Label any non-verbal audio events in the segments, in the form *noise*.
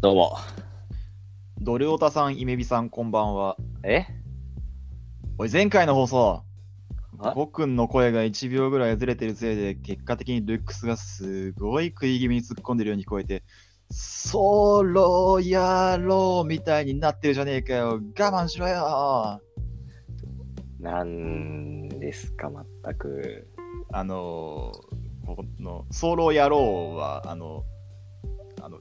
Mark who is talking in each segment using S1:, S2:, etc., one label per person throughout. S1: どうも。
S2: ドルオタさん、イメビさん、こんばんは。
S1: え
S2: おい、前回の放送、
S1: あ
S2: ゴくんの声が1秒ぐらいずれてるせいで、結果的にルックスがすごい食い気味に突っ込んでるように聞こえて、ソロやろうみたいになってるじゃねえかよ。我慢しろよ。
S1: なんですか、まったく。
S2: あのー、ここの、ソロやろうは、あの、あの、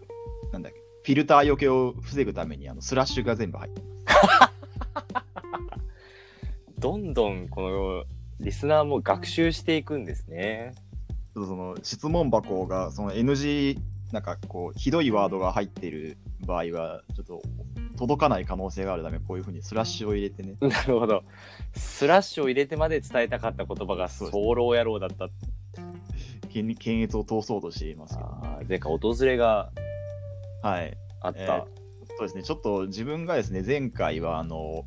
S2: なんだっけ、フィルター余計を防ぐために、あの、スラッシュが全部入ってます。
S1: どんどん、この、リスナーも学習していくんですね。
S2: ちょっとその質問箱がその NG なんかこうひどいワードが入ってる場合はちょっと届かない可能性があるためこういうふうにスラッシュを入れてね
S1: なるほど。スラッシュを入れてまで伝えたかった言葉が、
S2: そう
S1: 早
S2: です
S1: 漏野郎だった。
S2: 検検閲を通そうとしていますけど
S1: あー前回、訪れが
S2: はい
S1: あった。
S2: えーそうですねちょっと自分がですね前回はあの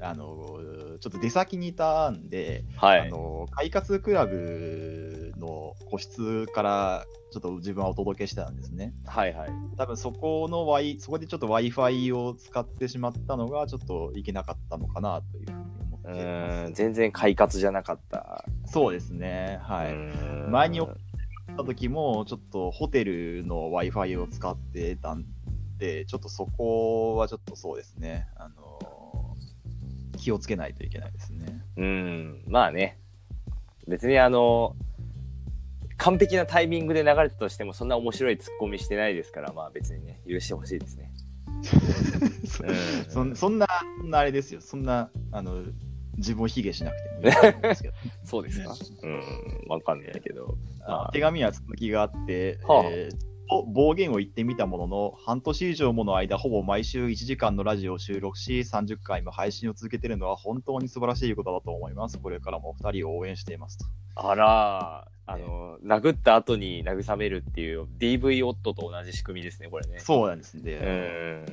S2: あのちょっと出先にいたんで、
S1: は
S2: あ
S1: い。
S2: の快活クラブの個室からちょっと自分はお届けしてたんですね
S1: はいはい。
S2: 多分そこの Y、そこでちょっと Wi-Fi を使ってしまったのが、ちょっといけなかったのかなというふうに思って
S1: う
S2: い
S1: ーん、
S2: ます。
S1: 全然快活じゃなかった。
S2: そうですね。は
S1: う
S2: い。
S1: ーん
S2: 前に送った時も、ちょっとホテルの Wi-Fi を使ってたんで、ちょっとそこはちょっとそうですね。あのー気をつけないといけないですね。
S1: うん、まあね。別にあの、完璧なタイミングで流れたとしても、そんな面白いツッコミしてないですから、まあ別にね、許してほしいですね。
S2: そ
S1: うん
S2: そんそんな、そんなあれですよ。そんな、あの、自分を卑下しなくてもいいと思うんですけど。
S1: そうですかうん、わかんないけど。まあ
S2: 手紙には続きがあって、
S1: はあ
S2: えーと暴言を言ってみたものの、半年以上もの間、ほぼ毎週1時間のラジオを収録し、30回も配信を続けてるのは本当に素晴らしいことだと思います。これからもお二人を応援していますと。
S1: あら、あの、殴った後に慰めるっていう DV 夫と同じ仕組みですね、これね。
S2: そうなんです
S1: う
S2: ね。
S1: ん。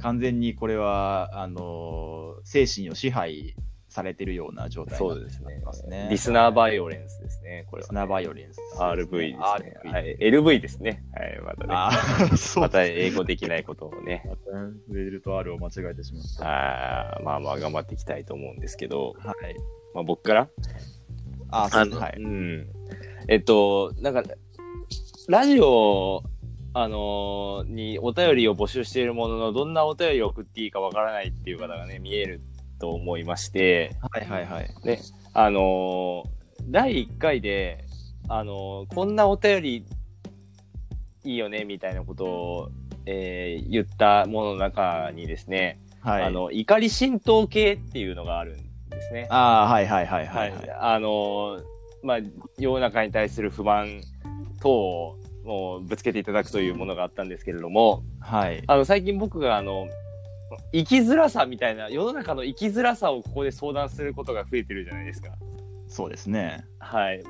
S2: 完全にこれは、あのー精神を支配されてるような状態に
S1: そ
S2: なっ
S1: うです
S2: て
S1: ね
S2: ますね。
S1: リスナーバイオレンスですね、これ
S2: リ
S1: は、
S2: スナーバイオレンスですね。
S1: RV ですね。
S2: RV
S1: はい、LV ですね。はい、またね。
S2: あーそう
S1: また英語できないことをね。
S2: またウェルと R を間違えてしまった。
S1: あーまあまあ頑張っていきたいと思うんですけど、
S2: はい。
S1: まあ、僕から。
S2: あー、そうですね。はいう
S1: ん、えっとなんかラジオあのーにお便りを募集しているもののどんなお便りを送っていいかわからないっていう方がね見えると思いまして
S2: はいはいはい。
S1: あのー第1回で、あのーこんなお便りいいよねみたいなことを、えー言ったものの中にですね、
S2: はい。
S1: あの怒り浸透系っていうのがあるんですね。
S2: ああ、はいはいはいは、
S1: はいい
S2: はい。、
S1: あのーまあ世の中に対する不満等をもうぶつけていただくというものがあったんですけれども
S2: はい。
S1: あの最近僕があの生きづらさみたいな世の中の生きづらさをここで相談することが増えてるじゃないですか。
S2: そうですね。
S1: はい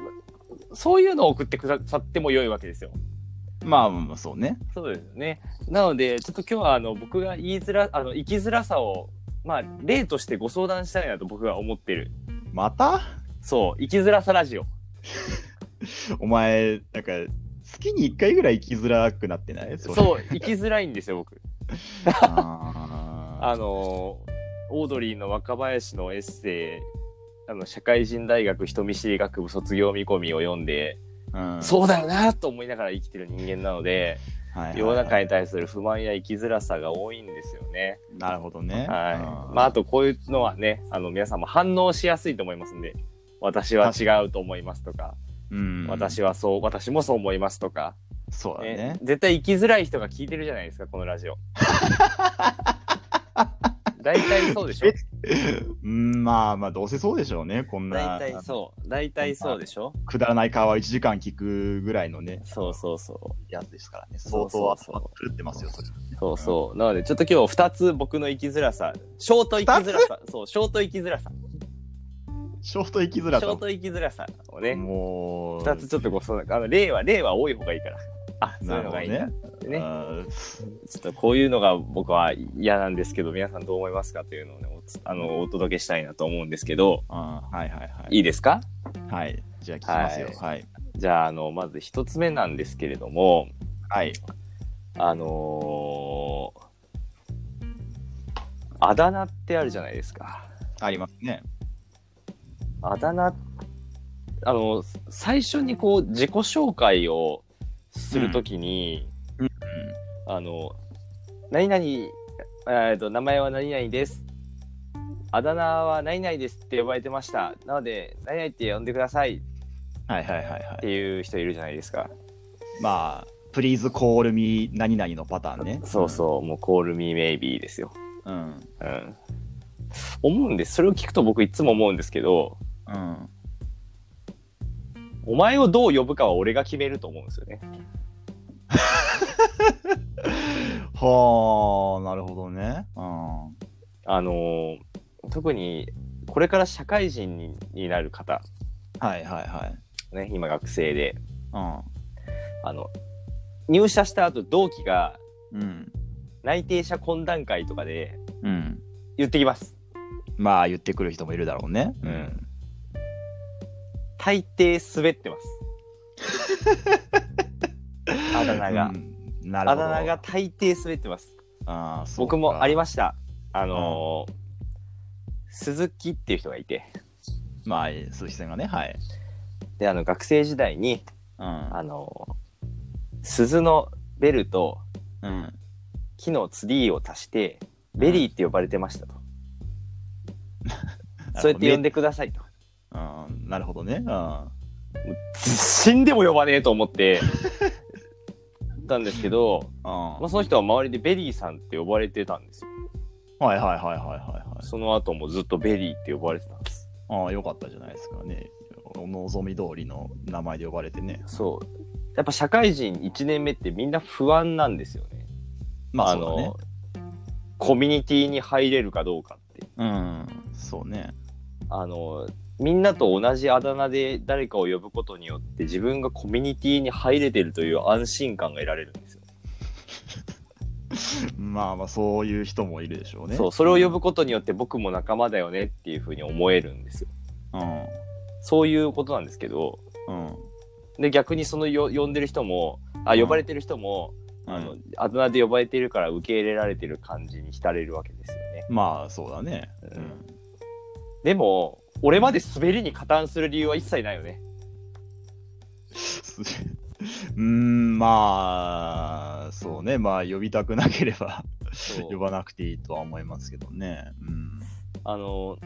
S1: そういうのを送ってくださっても良いわけですよ。
S2: まあ、まあそうね。
S1: そうですよね。なので、ちょっと今日はあの僕が言いづら、あの生きづらさを、まあ例としてご相談したいなと僕は思ってる。
S2: また *laughs*
S1: そう、生きづらさラジオ。
S2: お前、なんか、月に1回ぐらい生きづらくなってないそ
S1: そ
S2: れ
S1: う、生きづらいんですよ、
S2: *laughs*
S1: 僕。
S2: あ
S1: *laughs* あのーオードリーの若林のエッセイあの社会人大学人見知り学部卒業見込みを読んで、
S2: ー、うん、
S1: そうだよなと思いながら生きてる人間なので
S2: はいはいはい
S1: 世の中に対する不満や生きづらさが多いんですよね。
S2: なるほど
S1: はい
S2: ね。
S1: まあ、あとこういうのはねあの皆さんも反応しやすいと思いますんで私は違うと思いますとか、
S2: うん、
S1: 私はそう私もそう思いますとか、
S2: そうだ
S1: ね
S2: ね。 *laughs*
S1: 絶対生きづらい人が聞いてるじゃないですかこのラ *laughs* ジオ。大体そうでしょ
S2: うん、まあまあ、どうせそうでしょうね。こんな
S1: 大、体そう。大体そうでしょ
S2: くだらない会話1時間聞くぐらいのね、
S1: そうそうそ
S2: やつですからね。
S1: そ
S2: 相
S1: うそ
S2: 当
S1: うそう
S2: 頭狂ってますよ、それ。
S1: う。そうそう。なので、ちょっと今日2つ僕の生きづらさ。ショート生きづらさ。そう、ショート生きづらさ。
S2: ショート生きづ
S1: ショ
S2: らさ
S1: ート生きづらさをね。
S2: もう、
S1: 2つちょっとご相談。あの、例は、例は多い方がいいから。あ、そういうのがいいな
S2: な
S1: っ
S2: る
S1: てね。
S2: あ
S1: ちょっとこういうのが僕は嫌なんですけど、皆さんどう思いますかというのをね、おつあの、お届けしたいなと思うんですけど、
S2: ーあーはいはいはい。
S1: いいですか
S2: はい。じゃあ聞きますよ。はい。
S1: じゃあ、あの、まず1つ目なんですけれども、
S2: はい。
S1: あのーあだ名ってあるじゃないですか。
S2: ありますね。
S1: あだ名、あの、最初にこう、自己紹介をするときに、
S2: うん
S1: あの、何々、えっと、名前は何々です。あだ名は何々ですって呼ばれてました。なので、何々って呼んでくださいっ
S2: はいはいはいはい
S1: て。いう人いるじゃないですか。
S2: まあ、プリーズコールミー何々のパターンね。
S1: そうそう、もう、コールミーメイビーですよ。
S2: うん。うん。
S1: うん。思うんです。それを聞くと僕いつも思うんですけど、
S2: うん。
S1: お前をどう呼ぶかは俺が決めると思うんですよね。
S2: はあ、なるほどね。うん。
S1: あのー特にこれから社会人にになる方、
S2: はいはいはい。
S1: ね、今学生で
S2: う
S1: あの入社した後同期が
S2: ん。うん。
S1: 内定者懇談会とかで
S2: うん。
S1: 言ってきます
S2: まあ言ってくる人もいるだろうね。
S1: うん大抵滑ってます
S2: *laughs*
S1: あだ名が、
S2: うんなる
S1: あ
S2: ほど。
S1: だ名が大抵滑ってます
S2: あーそうか
S1: 僕もありましたあのー鈴木っていう人がいて
S2: まあ、鈴木さんがね、はい。
S1: であの学生時代に
S2: うん。
S1: あのー鈴のベルと
S2: うん。
S1: 木のツリーを足してベリーって呼ばれてましたと、そうやって呼んでくださいと
S2: うん。なるほどね。うん。
S1: 死んでも呼ばねえと思って *laughs* たんですけど、まあ、
S2: は
S1: その人は周りでベリーさんって呼ばれてたんですよ
S2: いはいはいはいはい
S1: その後もずっとベリーって呼ばれてたんです
S2: はい。ああ、よかったじゃないですかね。お望み通りの名前で呼ばれてね。
S1: そうやっぱ社会人1年目ってみんな不安なんですよね
S2: まあ、
S1: あ
S2: そうだね
S1: の。コミュニティに入れるかどうかって
S2: うん。そうね。
S1: あのみんなと同じあだ名で誰かを呼ぶことによって自分がコミュニティに入れてるという安心感が得られるんですよ、
S2: まあまあ、そういう人もいるでしょうね。
S1: そうそれを呼ぶことによって僕も仲間だよねっていうふうに思えるんですよ
S2: うん。
S1: そういうことなんですけど
S2: うん。
S1: で逆にそのよ呼んでる人もあ
S2: うん
S1: 呼ばれてる人も、
S2: うん。
S1: あのあだ名で呼ばれてるから受け入れられてる感じに浸れるわけですよね
S2: まあ、そうだね。
S1: う
S2: うんん。
S1: でも俺まで滑りに加担する理由は一切ないよ
S2: *laughs*
S1: ね
S2: すうーん、まあ、そうね、まあ、呼びたくなければ呼ばなくていいとは思いますけどね。
S1: あの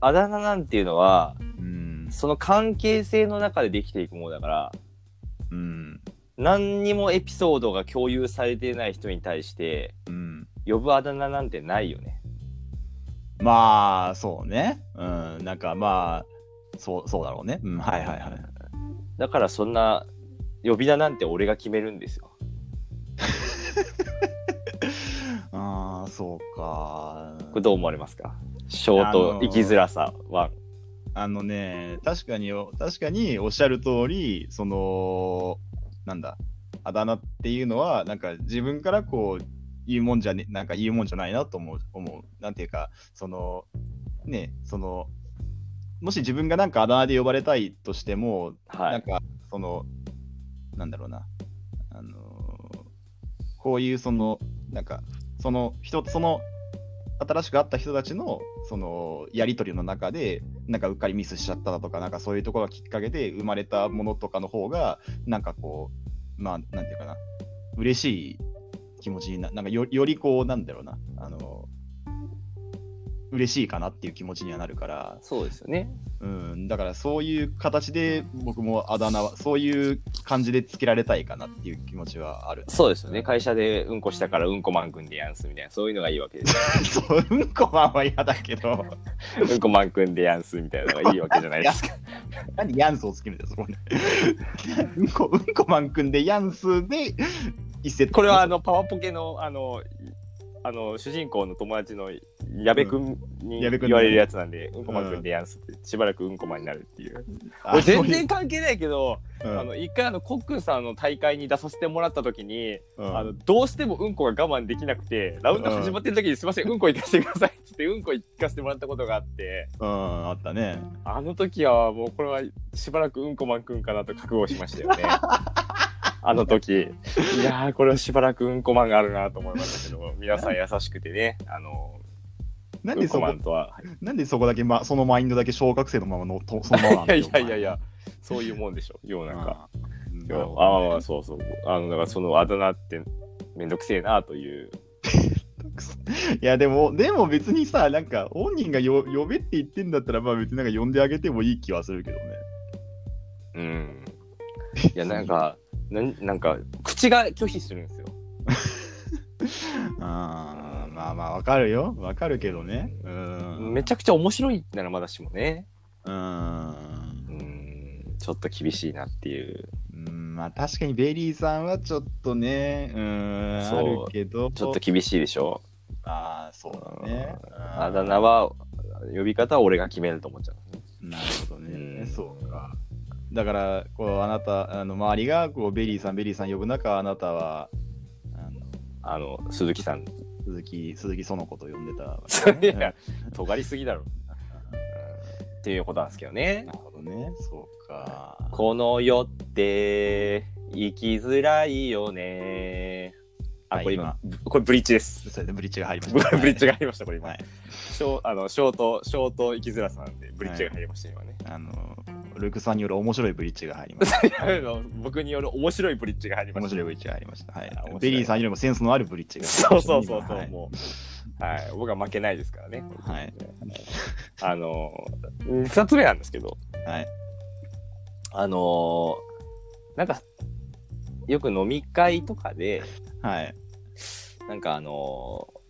S1: あだ名なんていうのは
S2: うん。
S1: その関係性の中でできていくものだから
S2: うん。うん。
S1: 何にもエピソードが共有されていない人に対して
S2: うん、
S1: 呼ぶあだ名なんてないよね
S2: まあ、そうね。うん、なんかまあ、そう、そうだろうね。うん、はいはいはい。
S1: だからそんな呼び名なんて俺が決めるんですよ
S2: ああ、そうか。
S1: これどう思われますかショート生きづらさは、
S2: あのね、確かによ、確かにおっしゃる通り、その、なんだ、あだ名っていうのは、なんか自分からこう、言うもんじゃね、なんか言うもんじゃないなと思う、思う。なんていうか、その、ね、その、もし自分がなんかあだ名で呼ばれたいとしても、
S1: は
S2: なん
S1: い
S2: か、その、なんだろうな、あのーこういうその、なんか、その人、その、新しく会った人たちの、その、やりとりの中で、なんかうっかりミスしちゃっただとか、なんかそういうところがきっかけで生まれたものとかの方が、なんかこう、まあ、なんていうかな、嬉しい気持ちにな、なんかよよりこう、なんだろうな、あのー嬉しいかなっていう気持ちにはなるから、
S1: そうですよね
S2: うん、だからそういう形で僕もあだ名はそういう感じでつけられたいかなっていう気持ちはある *laughs*
S1: そうですよね会社でうんこしたからうんこマンくんでやんすみたいなそういうのがいいわけですよ
S2: そううんこはあんま嫌だけど
S1: うんこマンくんでやんすみたいなのがいいわけじゃないですか
S2: なんでヤンスをつけるんだよそこにうんこうんこマンくんでヤンスで一セット
S1: これはあのパワポケのあのあの主人公の友達の矢部くんに
S2: 矢部くんね
S1: 言われるやつなんで、うん、こマンくんでやんすってしばらくうんこマンになるっていう、
S2: あ
S1: 俺全
S2: そういう
S1: 然関係ないけど
S2: うん
S1: あの一回あのコックンさんの大会に出させてもらった時に、
S2: うん
S1: あのどうしてもうんこが我慢できなくてラウンド始まってる時に「すいませんうんこ行かせてください」っつってうんこ行かせてもらったことがあって
S2: うんあったね *laughs*
S1: あの時はもうこれはしばらくうんこマンくんかなと覚悟しましたよね。あの時。いやー、これはしばらくうんこマンがあるなと思いましたけど、皆さん優しくてね、あの、
S2: なん
S1: う
S2: で
S1: んこ
S2: そ
S1: マ
S2: こ
S1: ン、とは。
S2: なんでそこだけ、ま、そのマインドだけ小学生のままの、とそのままなん
S1: いや
S2: だ
S1: *laughs*
S2: よ
S1: いやいやいや、そういうもんでしょ、世
S2: お
S1: の
S2: 前
S1: 中。
S2: あー
S1: い
S2: な
S1: や
S2: る
S1: あ
S2: ほどね
S1: あ、そうそう。あの、だからそのあだ名ってめんどくせえなという。
S2: いやでも、でも別にさ、なんか本人がよ呼べって言ってんだったら、まあ別になんか呼んであげてもいい気はするけどね。
S1: うん。いや、なん
S2: *laughs*
S1: か、なんなんか、口が拒否するんですよ。
S2: あーまあまあわかるよ。わかるけどね。うん。
S1: めちゃくちゃ面白いならまだしもね。
S2: うん
S1: う。ん。ちょっと厳しいなっていう。
S2: うんまあ確かにベリーさんはちょっとね、うん、
S1: そう
S2: あるけど、
S1: ちょっと厳しいでしょ。
S2: ああ、そうだね。
S1: あだ名は、呼び方は俺が決めると思っちゃう。
S2: なるほどね。
S1: うん
S2: そうか。だから、こうあなた、あの周りがこうベリーさん、ベリーさん呼ぶ中、あなたは、あの
S1: あの、鈴木さん。
S2: 鈴木、鈴木園子と呼んでたわ
S1: い
S2: けね、
S1: や、尖りすぎだろ。うんっていうことなんですけどね
S2: な。るほどね。そうか。
S1: この世って生きづらいよね。あ、
S2: はい
S1: これ今、これブリッジです。
S2: それでブリッジが入り
S1: ブ
S2: まし
S1: *laughs*
S2: た。
S1: ブリッジが入りました、これ今。
S2: はい
S1: ショーあのショート、ショート生きづらさなんで、ブリッジが入りました、今ね。
S2: あの、ルークさんによる面白いブリッジが入り
S1: *laughs*
S2: ました。
S1: あの僕による面白いブリッジが入りま
S2: 面
S1: した。
S2: 白いブリッジが入りました。はい
S1: 面白い。
S2: ベリーさんよりもセンスのあるブリッジが入り
S1: そ
S2: ま
S1: う
S2: した
S1: そ
S2: ね、
S1: うそうそう、
S2: はい
S1: もう。はい、僕は負けないですからね。
S2: はい。
S1: あの、二つ目なんですけど、
S2: はい。
S1: あの、なんか、よく飲み会とかで、
S2: はい。
S1: なんかあのー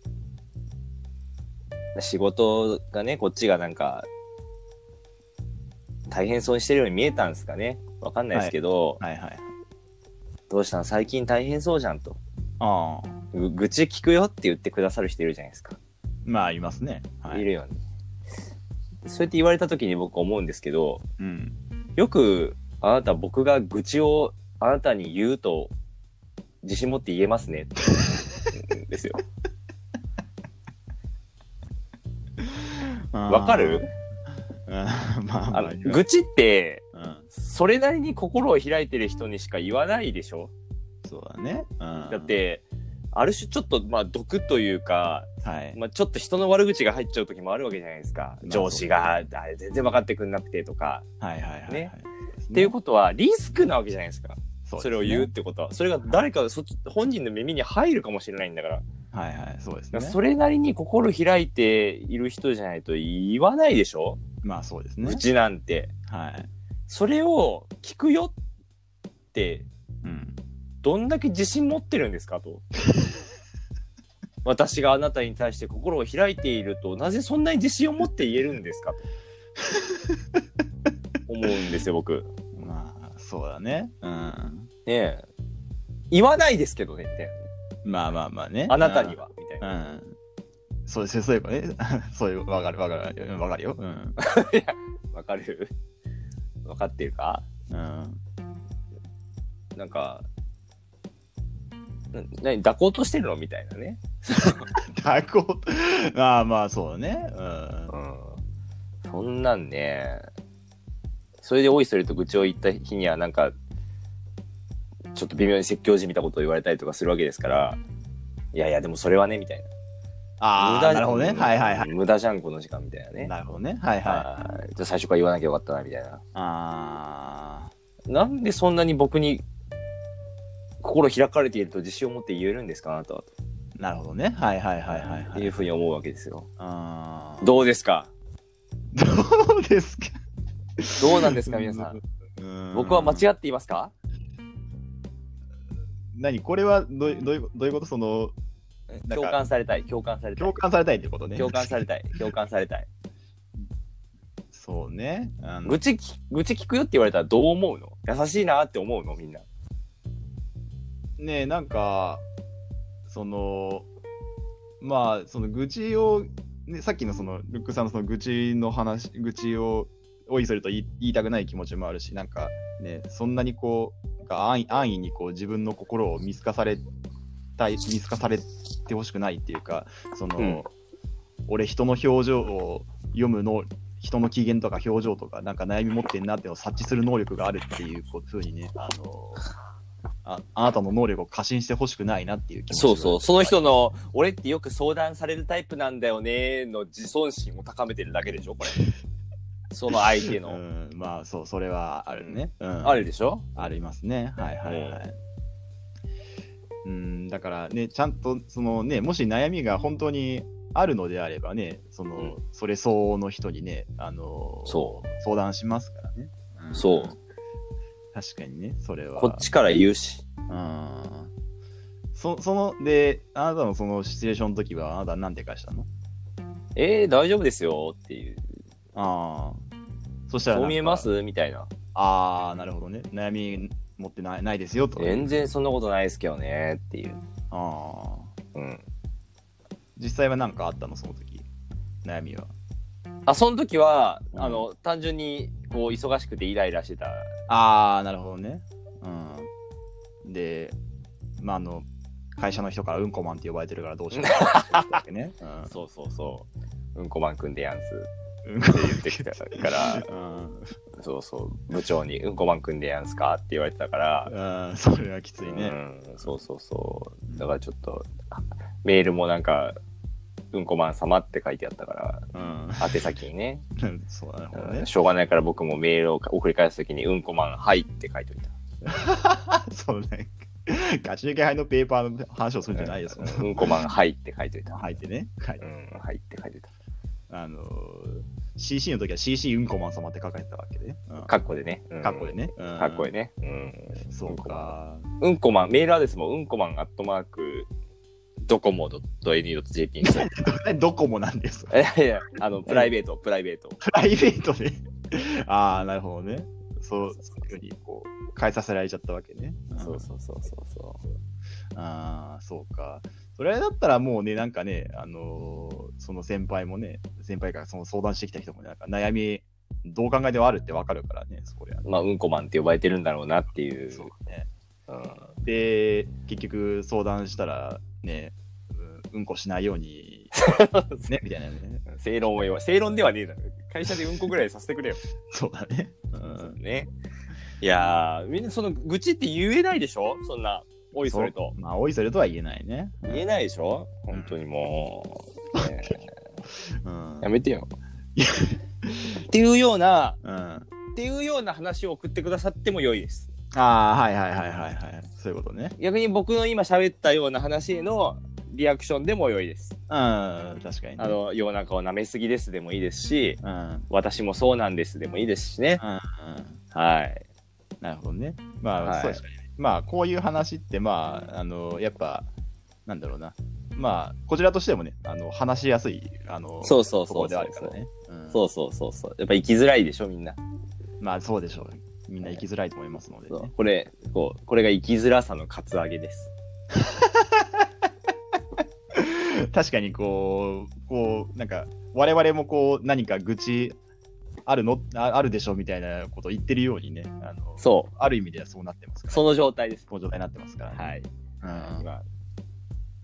S1: 仕事がね、こっちがなんか、大変そうにしてるように見えたんですかね。わかんないですけど、
S2: はい。はい。
S1: どうしたの最近大変そうじゃんと。
S2: ああ。
S1: ぐ愚痴聞くよって言ってくださる人いるじゃないですか。、
S2: まあ、いますね。はいい。
S1: るよね。そうやって言われた時に僕思うんですけど、
S2: うん。
S1: よくあなた僕が愚痴をあなたに言うと自信持って言えますねって思うん *laughs* ですよ。わ
S2: わ
S1: かる
S2: まあま
S1: あ
S2: あ
S1: の
S2: まあ、
S1: 愚痴って、
S2: うん、
S1: それなりに心を開いてる人にしか言わないでしょ
S2: そうだね。うん
S1: だっ、て、ある種ちょっと、まあ、毒というか、
S2: はい。
S1: まあ、ちょっと人の悪口が入っちゃう時もあるわけじゃないですか。
S2: まあ
S1: 上司が、あれ全然分かってくんなくてとか。
S2: はいはいはい。
S1: ね。
S2: っ
S1: っていうことは、リスクなわけじゃないですか。
S2: と
S1: それを言うってことは。それが誰か、そっち本人の耳に入るかもしれないんだから。だか
S2: はいはい、そうですね
S1: ら。それなりに心開いている人じゃないと言わないでしょ
S2: まあそうですね
S1: 愚。痴なんて。
S2: はい。
S1: それを聞くよって
S2: うん。
S1: どんだけ自信持ってるんですか
S2: *laughs*
S1: と。私があなたに対して心を開いていると、なぜそんなに自信を持って言えるんですかと。思うんですよ、僕。
S2: まあ、そうだね。うん。
S1: ねえ。言わないですけどね、みたい
S2: まあまあまあね。
S1: な。あなたには、みたいな。
S2: うん。うん。そうですね、そういえばね。 *laughs* そういう、わかるわかる。うんわかるよ。うん。
S1: わかるわかってるか *laughs*
S2: うん。
S1: なんか、な何、抱こうとしてるのみたいなね。
S2: だこ、まあまあ、そうだね。うん
S1: う。ん。そんなんね、それでおいそれと愚痴を言った日には、なんか、ちょっと微妙に説教じみたことを言われたりとかするわけですから、いやいや、でもそれはね、みたいな。
S2: あ
S1: じゃ
S2: あ、
S1: ん
S2: なるほどね。はいはいは
S1: 無駄じゃん、この時間、みたいなね
S2: い。。なるほどね。はいはい。
S1: はい。じゃあ最初から言わなきゃよかったな、みたいな。
S2: ああ。
S1: なんでそんなに僕に心開かれていると自信を持って言えるんですか、あなたは。
S2: なるほどね。はいはいはいはい
S1: っ
S2: は
S1: て
S2: い。
S1: いうふうに思うわけですよ。
S2: あー
S1: どうですか
S2: どうですか
S1: どうなんですか、皆さん。
S2: ん
S1: 僕は間違っていますか
S2: 何これはどういどういうどういうことそのなんか
S1: 共感されたい、共感されたい
S2: 共。感されたいってことね
S1: 共感され *laughs* たい共感されたい
S2: そうねあの
S1: 愚痴き愚痴聞くよって言われたらどう思うの優しいなって思うのみんな
S2: ねえなんかそのまあその愚痴を、ね、さっきのそのルックさんのその愚痴の話愚痴をおいそれと言い言いたくない気持ちもあるしなんかねそんなにこうなんか安易安易にこう自分の心を見透かされたい見透かされてほしくないっていうかその、
S1: うん
S2: 俺人の表情を読むの人の機嫌とか表情とかなんか悩み持ってんなってのを察知する能力があるっていうこうふうにねあのああなたの能力を過信してほしくないなっていう気持ち
S1: そうそう。その人の、俺ってよく相談されるタイプなんだよね、の自尊心を高めてるだけでしょ、これ。 *laughs* その相手
S2: う
S1: の。
S2: ん、まあそうそれはあるね、うん、
S1: あれでしょ
S2: ありますねはいはいはい、うん、だからねちゃんとそのねもし悩みが本当にあるのであればねその、
S1: うん
S2: それ相応の人にねあの
S1: そ
S2: 相談しますからね、
S1: う。そう。
S2: 確かにねそれは
S1: こっちから言うし。
S2: うんそそのであなたのそのシチュエーションの時はあなた何て返したの
S1: えー、大丈夫ですよっていう。
S2: ああそしたら
S1: そう
S2: なんか
S1: 見えますみたいな。
S2: ああなるほどね悩み持ってないないですよとか
S1: 全然そんなことないですけどねっていう。
S2: ああ
S1: うん。
S2: 実際は何かあったのその時悩みは
S1: あ、その時は、あの、単純に、こう、忙しくてイライラしてた。
S2: ああなるほどねうんでまああの会社の人からうんこマンって呼ばれてるからどうしようかなって思ったわ
S1: *laughs*
S2: けね、
S1: そうそうそう。うんこマンくんでやんす
S2: うん、 *laughs* うん
S1: って言ってきた
S2: *laughs*
S1: から、
S2: うん
S1: そうそう、部長にうんこマンくんでやんすかって言われてたから、
S2: うんそれはきついね、
S1: うん、そうそうそう。だからちょっと、あメールもなんか、うんこマン様って書いてあったから、
S2: うん、
S1: 宛先にね。
S2: *laughs* そうなるほど
S1: う
S2: ね
S1: んしょうがないから僕もメールを送り返すときに、うんこマン、はいって書いておいた。
S2: *laughs* そうねガチ抜け杯のペーパーの話をするんじゃないよその
S1: うんこマン、はいって書いておいた。
S2: 入ってね、はい
S1: うん、はいって書いておいた。
S2: あのー CC の時は CC うんこマン様って書かれてたわけで、うん、
S1: かっこでね。うん
S2: かっこいい。ね、うん
S1: かっこいいね。うん。
S2: そうか
S1: うんこマン、メールアドレスもうんこマン、アットマーク、ドコモ .nu.jp にしといた
S2: どこもなんです
S1: *laughs* いやいや、あの、プライベート、プライベート。
S2: *laughs* プライベートで *laughs* ああなるほどねそうそういうふうにこう変えさせられちゃったわけね
S1: そうそうそうそうそう。
S2: ああそうかそれだったらもうねなんかねあのーその先輩もね先輩からその相談してきた人もねなんか悩みどう考えてもあるってわかるからねそこや、ね、
S1: まあ、うんこマンって呼ばれてるんだろうなっていう。
S2: そうね
S1: うん
S2: で結局相談したらねうんうんこしないようにねみたいな
S1: *laughs*
S2: ね
S1: *laughs* 正論を言わ、正論ではねえだろ。会社でうんこぐらいさせてくれよ。
S2: そうだね、うん、
S1: ね。いやー、みんなその愚痴って言えないでしょそんな、おいそれと。
S2: まあおいそれとは言えないね
S1: 言えないでしょ本当にも *laughs* う。ね
S2: うん
S1: やめてよ。
S2: いや
S1: *laughs* っていうような、
S2: うん
S1: っていうような話を送ってくださっても良いです。
S2: ああ、はいはいはいはいはい。そういうことね。
S1: 逆に僕の今喋ったような話へのリアクションでも良いです。
S2: うん、確かに、ね。
S1: あ、の、世の中を舐めすぎですでもいいですし、
S2: うん、うん、
S1: 私もそうなんですでもいいですしね。
S2: うん。
S1: はい。
S2: なるほどね。まあ、
S1: はい
S2: そうですね。まあ、こういう話って、まあ、あの、やっぱ、なんだろうな。まあ、こちらとしてもね、あの、話しやすい、あの、
S1: そうそうそ
S2: こ
S1: う
S2: ろ
S1: そ
S2: ではあ
S1: う
S2: るからね。うん、
S1: そうそうそうそう。やっぱ生きづらいでしょ、みんな。
S2: まあ、そうでしょう。みんな生きづらいと思いますので、
S1: そう
S2: ね。
S1: これ、こう、これが生きづらさのカツアゲです。
S2: 確かに、こう、こう、なんか、我々もこう、何か愚痴、あるのああるでしょみたいなことを言ってるようにね、あの
S1: そ
S2: ある意味ではそうなってますか
S1: う。
S2: ら、
S1: その状態です。
S2: この状態になってますから、ね。
S1: はい。
S2: うん
S1: まあ、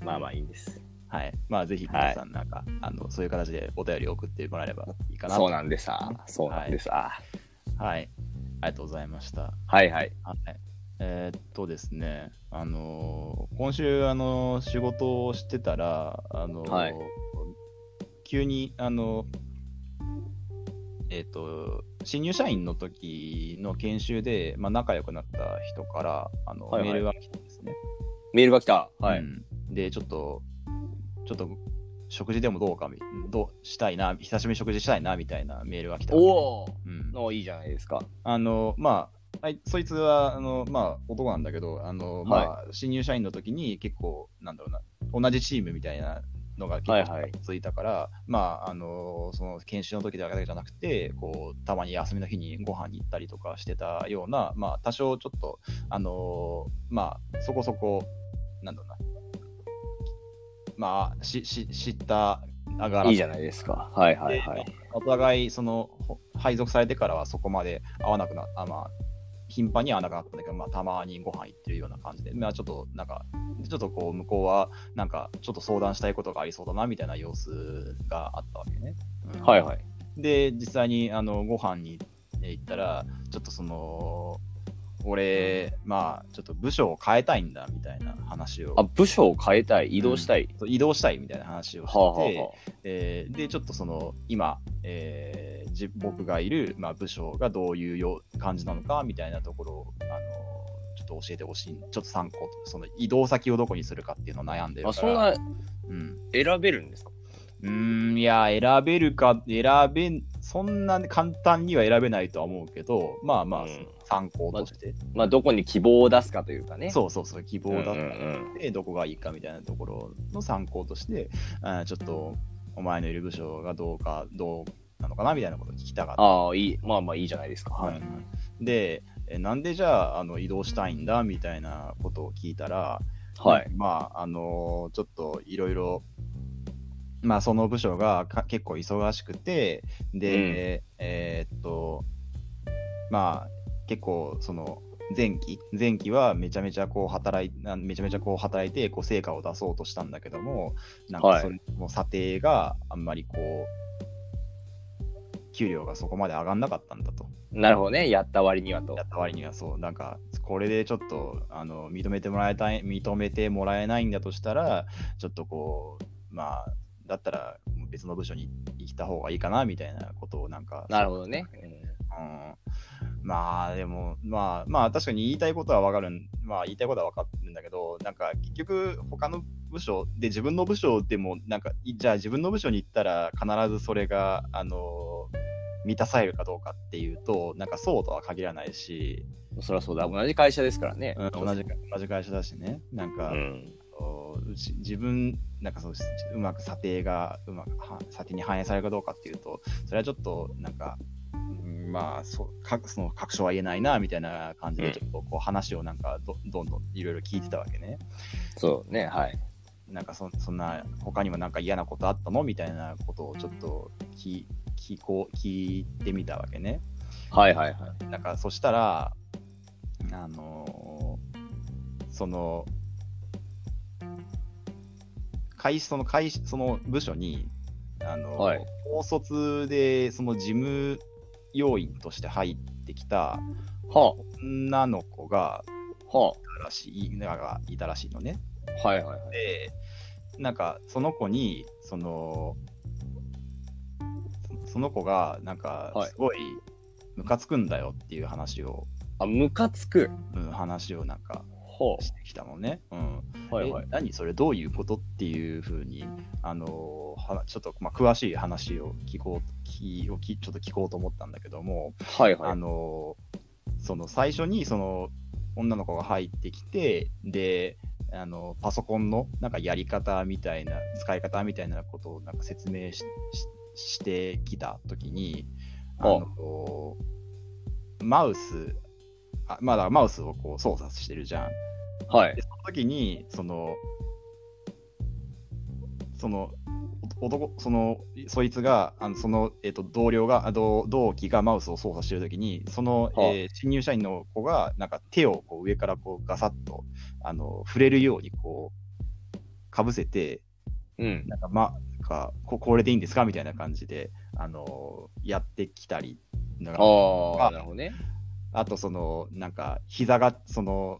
S1: まあまあいいんです。
S2: はい。まあ、ぜひ皆さん、なんか、あの、そういう形でお便りを送ってもらえればいいかな
S1: そう
S2: と。
S1: なんでさ。そうなんでさ。
S2: はい。ありがとうございました。
S1: はいはい。
S2: はい。えーっとですね、あのー今週、あのー仕事をしてたら、あのー
S1: はい
S2: 急に、あのえーっと、新入社員の時の研修で、まあ、仲良くなった人から、あの、
S1: はいはい
S2: メールが来たんですね。
S1: メールが来た。は
S2: う
S1: い。
S2: んで、ちょっと、ちょっと、食事でもどうかみ、どうしたいな、久しぶりに食事したいな、みたいなメールが来たので。
S1: おお
S2: うん、
S1: のいいじゃないですか。
S2: あの、まあ、あいそいつは、あの、まあ、男なんだけど、あの、まあ、新入社員の時に結構、なんだろうな、同じチームみたいなのが結
S1: はい
S2: 構
S1: はい
S2: ついたから、まあ、あの、その研修の時だけじゃなくて、こう、たまに休みの日にご飯に行ったりとかしてたような、まあ、多少ちょっと、あの、まあ、そこそこ、なんだろうな、まあ、し、し、知った、あがら
S1: いいじゃないですか。はいはい
S2: で
S1: はい。
S2: お互いそのほ配属されてからはそこまで会わなくなあまあ頻繁には会わなくなったんだけど、まあ、たまにご飯行ってるような感じで、まあ、ちょっとなんか、ちょっとこう、向こうは、なんか、ちょっと相談したいことがありそうだな、みたいな様子があったわけね。うん
S1: はいはい。
S2: で、実際に、あの、ご飯にえ行ったら、ちょっとその、俺、まあ、ちょっと部署を変えたいんだみたいな話を
S1: あ、、部署を変えたい、移動したい。
S2: そう移動したいみたいな話をして、
S1: はあ、はあは
S2: えーで、ちょっとその、今、えーじ僕がいる、まあ、部署がどういうよ感じなのかみたいなところを、あのちょっと教えてほしい、ちょっと参考、その移動先をどこにするかっていうのを悩んで
S1: あ、
S2: る
S1: あ、
S2: か
S1: そん
S2: ら。
S1: な
S2: うん
S1: 選べるんですか
S2: うーん、いや、選べるか、選べん、そんな簡単には選べないとは思うけど、まあまあ、
S1: うん
S2: 参考として、
S1: まあ、どこに希望を出すかというかね。
S2: そうそうそう、希望
S1: うんうん
S2: だ
S1: う
S2: った
S1: ん。
S2: りでどこがいいかみたいなところの参考として、あーちょっと、お前のいる部署がどうか、どうなのかなみたいなことを聞きたかった。
S1: ああ、いい。まあまあ、いいじゃないですか。はい。
S2: うんで、えなんでじゃああの移動したいんだみたいなことを聞いたら、
S1: はい。
S2: まあ、あのちょっといろいろ、まあ、その部署がか結構忙しくて、で、えーっと、まあ、結構、その、前期前期はめちゃめちゃこう働いあめちゃめちゃこう働いてこう成果を出そうとしたんだけどもなん
S1: は
S2: か
S1: い
S2: それの査定があんまりこう給料がそこまで上がんなかったんだと
S1: なるほどね。やった割にはと
S2: や。った割にはそう、なんか、これでちょっと、あの、認めてもらえたい、認めてもらえないんだとしたら、ちょっとこう、まあ、だったら別の部署に行った方がいいかな、みたいなことをなんか、
S1: なるほどね。
S2: うん、まあ、でも、まあ、まあ、確かに言いたいことはわかるん、まあ、言いたいことはわかるんだけど、なんか、結局、他の部署で、自分の部署でも、なんか、いじゃあ自分の部署に行ったら、必ずそれが、あの、満たされるかどうかっていうと、なんかそうとは限らないし、
S1: うんそりゃそうだ。同じ会社ですからね。
S2: うん同じか同じ会社だしね、なん
S1: う
S2: か、
S1: ん。
S2: こううち自分、なんかそうしうまく査定がうまくは査定に反映されるかどうかっていうと、それはちょっとなんか、うんまあそうかその確証は言えないなみたいな感じ
S1: う
S2: で、
S1: ん
S2: ちょっとこう話をなんかどどんどんいろいろ聞いてたわけね。
S1: そうね。はい。
S2: なんかそそんな、他にもなんか嫌なことあったのみたいなことをちょっと聞聞こう聞いてみたわけね。
S1: はいはいはい。
S2: なんかそしたら、あのーその、会その会その部署に、あのー
S1: はい
S2: 高卒でその事務要員として入ってきた
S1: は
S2: 女の子が
S1: あ。は
S2: いたらしいがいたらしいのね。
S1: あ。はいはいはい。
S2: で、なんかその子に、その、そその子が、なんか
S1: はい
S2: すごいムカつくんだよっていう話を
S1: あ、ムカつく。
S2: うん、話をなんか
S1: は
S2: してきたのね。うん、
S1: あ。はいは
S2: え
S1: い。
S2: 何それどういうことっていうふうに、あのーはちょっと、まあ、詳しい話を聞こうきをきちょっと聞こうと思ったんだけども、
S1: はいは
S2: あ
S1: い。
S2: のーその最初にその女の子が入ってきてであのパソコンのなんかやり方みたいな使い方みたいなことをなんか説明しししてきた時にあ
S1: お
S2: のマウスあまだマウスをこう操作してるじゃん。
S1: はい
S2: で。その時にそのそのお男そのそいつがあのその、えっと同僚があ同同期がマウスを操作してる時にその、
S1: はあ
S2: えー新入社員の子がなんか手をこう上からこうガサッとあの触れるようにこうかぶせて
S1: うん。
S2: なんか、ま、なんかここれでいいんですかみたいな感じであのやってきたりなんか
S1: ああ、
S2: あ
S1: なるほどね。
S2: あとそのなんか膝がその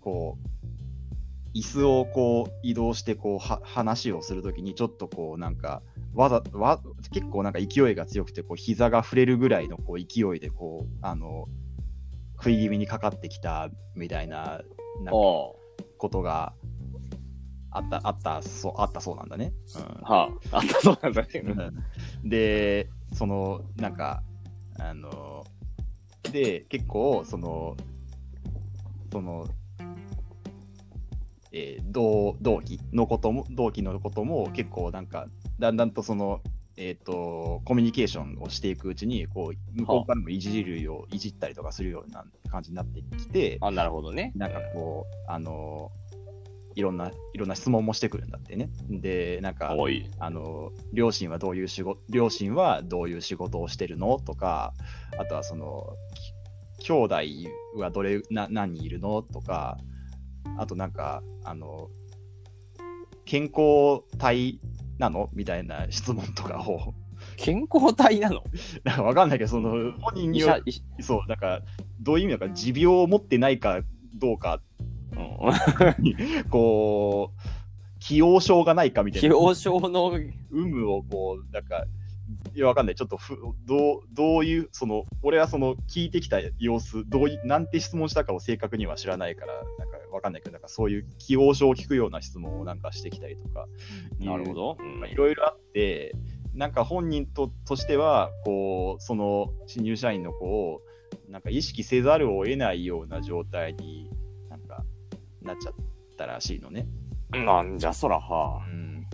S2: こう椅子をこう移動してこうは話をするときにちょっとこうなんかわざわ結構なんか勢いが強くてこう膝が触れるぐらいのこう勢いでこうあの食い気味にかかってきたみたいななんか
S1: は
S2: ことがあったあったそうあったそうなんだね。うん
S1: あ。はあ。あったそうなんだけど。
S2: *laughs* で、その、なんか、あの、で、結構、その、その、えー同同期のことも、同期のことも結構なんか、だんだんとその、えっ、と、コミュニケーションをしていくうちに、こう、向こうからもいじるよう、いじったりとかするような感じになってきて、
S1: あ、なるほどね。
S2: なんかこう、あの、いろんな、いろんな質問もしてくるんだってね。で、なんか、
S1: おい。
S2: あの両親はどういう仕事両親はどういう仕事をしてるのとかあとはそのき兄弟はどれな何人いるのとかあとなんかあの健康体なのみたいな質問とかを *laughs*
S1: 健康体なの
S2: なんかわかんないけど、その本人
S1: 医
S2: に
S1: 者
S2: は、
S1: 医者
S2: そう、なんか、どういう意味だか、持病を持ってないかどうか、
S1: うん
S2: こ
S1: *laughs*
S2: う、既往症がないかみたい
S1: 既
S2: な、
S1: 往症の、 *laughs*
S2: 有無をこう、なんか、いや、わかんない、ちょっとふどう、どういう、その、俺はその、聞いてきた様子、どういなんて質問したかを正確には知らないから、なんかわかんないけど、なんかそういう既往症を聞くような質問をなんかしてきたりとか、
S1: なるほど。
S2: まあいろいろあって、なんか本人ととしては、こう、その新入社員の子を、なんか意識せざるを得ないような状態になんかなっちゃったらしいのね。
S1: うんなんじゃそらは。
S2: ん、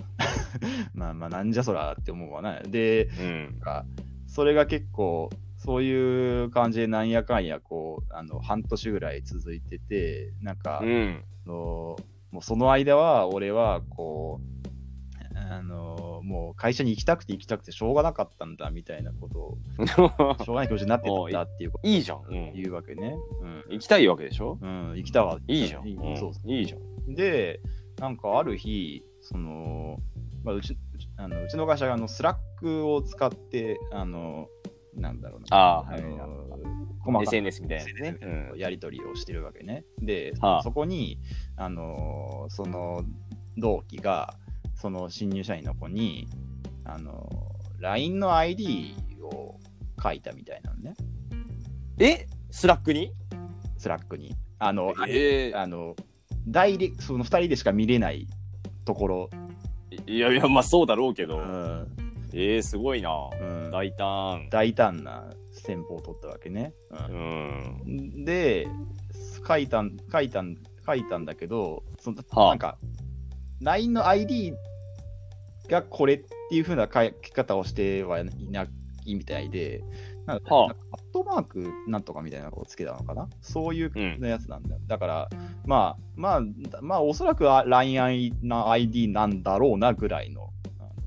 S2: *laughs* まあまあ、なんじゃそらって思うわな。で、
S1: うん
S2: なん。かそれが結構、そういう感じでなんやかんや、こう、あの半年ぐらい続いてて、なんか、
S1: うん。 *laughs*
S2: あのもうその間は俺はこうあのもう会社に行きたくて行きたくてしょうがなかったんだみたいなことをしょうがない気持ちになってたんだっていうこと
S1: いいじゃん。うん
S2: 言うわけね、うん
S1: 行きたいわけでしょ
S2: うん、行きたわ
S1: いいじゃん。うん
S2: そうそ
S1: いいじゃん。
S2: うでなんかある日その、まあ、うちうちあのうちの会社があのスラックを使ってあのなんだろうな
S1: ああ、は
S2: あ
S1: い。
S2: の細かく
S1: SNS みたいなやつね。うん
S2: やり取りをしてるわけね。で、
S1: はあ
S2: そこに、あのーその同期が、その新入社員の子に、あのー LINE の ID を書いたみたいなのね、
S1: えスラックに
S2: スラックに。あの、
S1: ええ
S2: あのダイレその2人でしか見れないところ。
S1: いやいや、まあそうだろうけ
S2: う
S1: ど。
S2: ん
S1: ええすごいな。
S2: うん
S1: 大胆。
S2: 大胆な戦法を取ったわけね。うん
S1: うん。
S2: で書いたん書いたん書いたんだけどその、
S1: はあ
S2: なんか LINE の ID がこれっていう風な書き方をしてはいないみたいでなんか、
S1: はあ
S2: なんかアットマークなんとかみたいなのをつけたのかなそういう
S1: うん
S2: のやつなんだ、だからまあまあまあおそらくあ LINE の ID なんだろうなぐらいの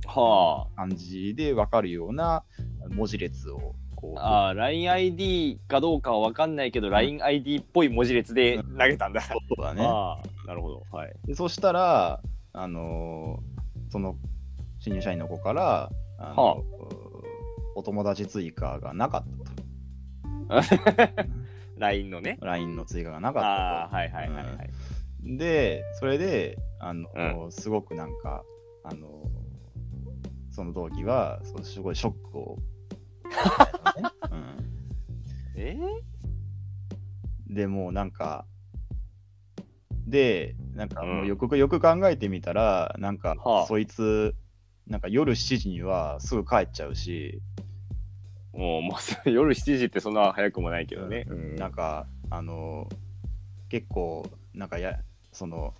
S1: は
S2: 感じで分かるような文字列をこう
S1: あ。ああ、LINEID かどうかはわかんないけど、LINEID っぽい文字列で投げたんだ。
S2: そうだね
S1: ああ、なるほど。はい。
S2: でそしたら、あのーその新入社員の子から、あの
S1: はあ
S2: うーお友達追加がなかったと。
S1: LINE のね。
S2: LINE の追加がなか
S1: あ
S2: っ
S1: あ、はいはいはいはい。
S2: たと。で、それで、あのすごくなんか、あのその同期は、そうすごいショックを。
S1: *laughs*
S2: うん
S1: え
S2: でもうなんか、で、なんかもううんよくよく考えてみたら、なんか
S1: はあ
S2: そいつ、なんか夜7時にはすぐ帰っちゃうし、
S1: えもう、もうそれ夜7時ってそんな早くもないけどね。うん
S2: なんか、あの、結構、なんかや、その、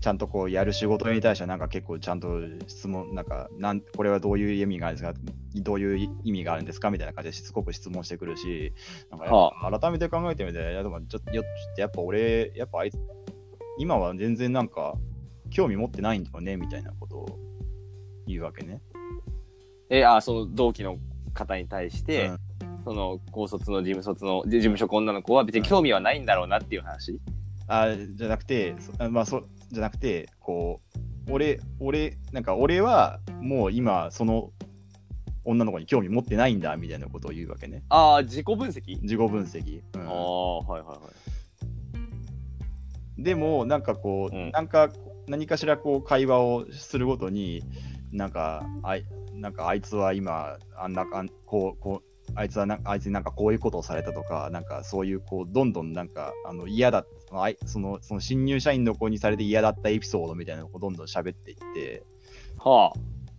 S2: ちゃんとこうやる仕事に対してはなんか結構ちゃんと質問、なんか、なんこれはどういう意味があるんですか、どういう意味があるんですかみたいな感じでしつこく質問してくるし、なんかやっぱ
S1: は
S2: 改めて考えてみて、いやでもちょっとよちょっとやっぱ俺、やっぱあいつ、今は全然なんか興味持ってないんだよねみたいなことを言うわけね。
S1: えあその同期の方に対して、その高卒の事務卒ので事務職女の子は別に興味はないんだろうなっていう話、
S2: あじゃなくて、そあまあ、そじゃなくて、こう、俺、俺、なんか俺はもう今、その女の子に興味持ってないんだみたいなことを言うわけね。
S1: ああ自己分析、
S2: 自己分析。うん
S1: ああはいはいはい
S2: でも、なんかこう、
S1: うん
S2: なんか何かしらこう会話をするごとに、なんか、あいなんかあいつは今、あんなあんこう、こう、あいつはなあいつになんかこういうことをされたとか、なんかそういう、こう、どんどんなんか、あの嫌だあいその、その新入社員の子にされて嫌だったエピソードみたいなのをどんどん喋っていって、
S1: は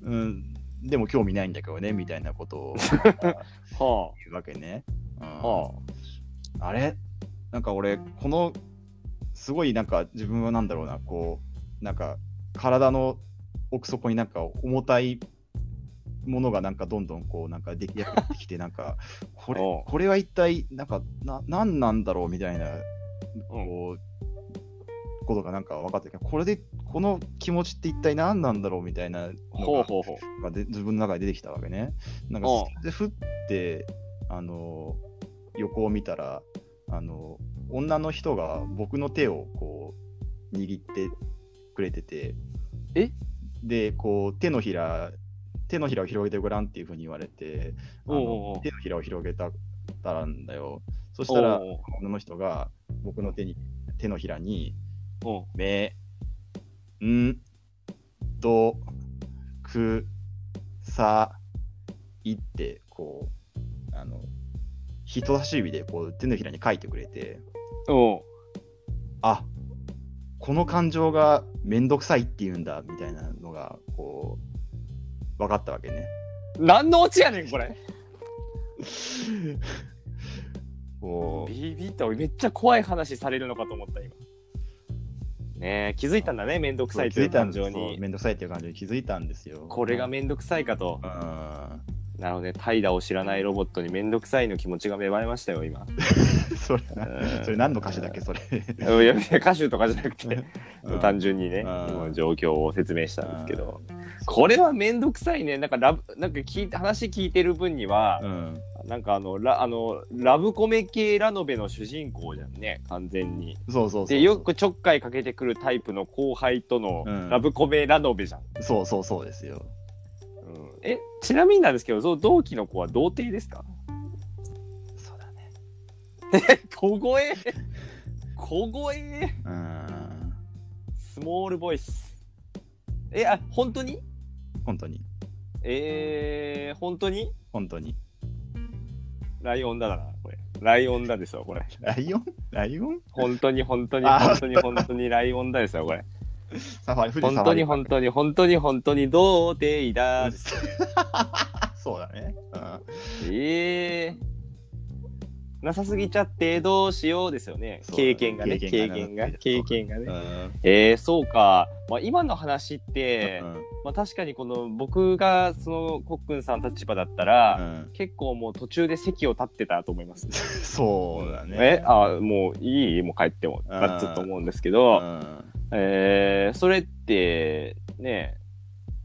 S2: うん、でも興味ないんだけどね、みたいなことを
S1: あは
S2: 言うわけね。うん
S1: あは
S2: あれなんか俺、この、すごいなんか自分はなんだろうな、こう、なんか体の奥底になんか重たいものがなんかどんどんこうなんか出来上がってきて、なん
S1: *laughs*
S2: か、これ、
S1: おう
S2: これは一体、なんか、な、なんなんだろうみたいな、こう、ことがなんか分かってきて、これで、この気持ちって一体何なんだろうみたいな
S1: あ
S2: の
S1: ほう
S2: が
S1: ほうほう
S2: がで自分の中で出てきたわけね。なんか
S1: うん
S2: でふってあの横を見たらあの女の人が僕の手をこう握ってくれてて
S1: え
S2: でこう手のひら手のひらを広げてごらんっていうふうに言われて、あ
S1: おう
S2: の
S1: おうおう
S2: 手のひらを広げたらんだよ。そしたら、
S1: おう
S2: 女の人が僕の手に手のひらに、
S1: おう
S2: め、ん、ど、く、さ、いって、こう、あの、人差し指でこう手のひらに書いてくれて、
S1: おう
S2: あこの感情がめんどくさいっていうんだみたいなのがこう分かったわけね。
S1: 何のオチやねんこれ
S2: こう
S1: ビビった俺めっちゃ怖い話されるのかと思った今ねえ気づいたんだねめんどくさいという感情
S2: そう
S1: に
S2: めんどくさいっていう感情に気づいたんですよ。
S1: これがめんどくさいかと
S2: うん
S1: なので怠惰を知らないロボットにめんどくさいの気持ちが芽生えましたよ今
S2: *laughs* それ
S1: うん
S2: それ何の歌詞だっけそれ。
S1: いやいや歌手とかじゃなくて
S2: うん
S1: 単純にね
S2: うん
S1: 今の状況を説明したんですけど
S2: うん
S1: これはめんどくさいねなんかラブなんか聞いて話聞いてる分には
S2: *laughs* うん
S1: なんかあのラあのラブコメ系ラノベの主人公じゃんね完全に
S2: そうそうそう。
S1: でよくちょっかいかけてくるタイプの後輩との
S2: うん
S1: ラブコメラノベじゃん、
S2: そうそうそうですよ。
S1: うんえちなみになんですけどその同期の子は童貞です
S2: *laughs*
S1: か
S2: そうだね。
S1: 小声小声
S2: うん
S1: スモールボイスえあ本当に
S2: 本当に
S1: えー、本当に
S2: 本当に。
S1: ライオンだなこれライオンだですわこれ
S2: *laughs* ライオンライオン
S1: 本当に本当に
S2: あ
S1: 本当に本当にライオンだですわこれ
S2: サファリ富士
S1: 本
S2: サフ
S1: 当
S2: ァリ
S1: に本当に本当に本当に童貞だです
S2: そうだね。うん
S1: ええなさすぎちゃってどうしようですよね。
S2: そうだね
S1: 経験がね。
S2: 経
S1: 経
S2: 験
S1: 験
S2: が
S1: が。
S2: ね
S1: 経験がね。
S2: うん
S1: えー、そうか。まあ、今の話って、
S2: うん
S1: まあ、確かにこの僕がそのコックンさん立場だった
S2: う
S1: ら、
S2: ん
S1: 結構もう途中で席を立ってたと思います。
S2: そうだね。
S1: え、あ、もういいもう帰っても。
S2: うん
S1: だっと思うんですけ
S2: う
S1: ど、
S2: ん
S1: えー、それって、ね、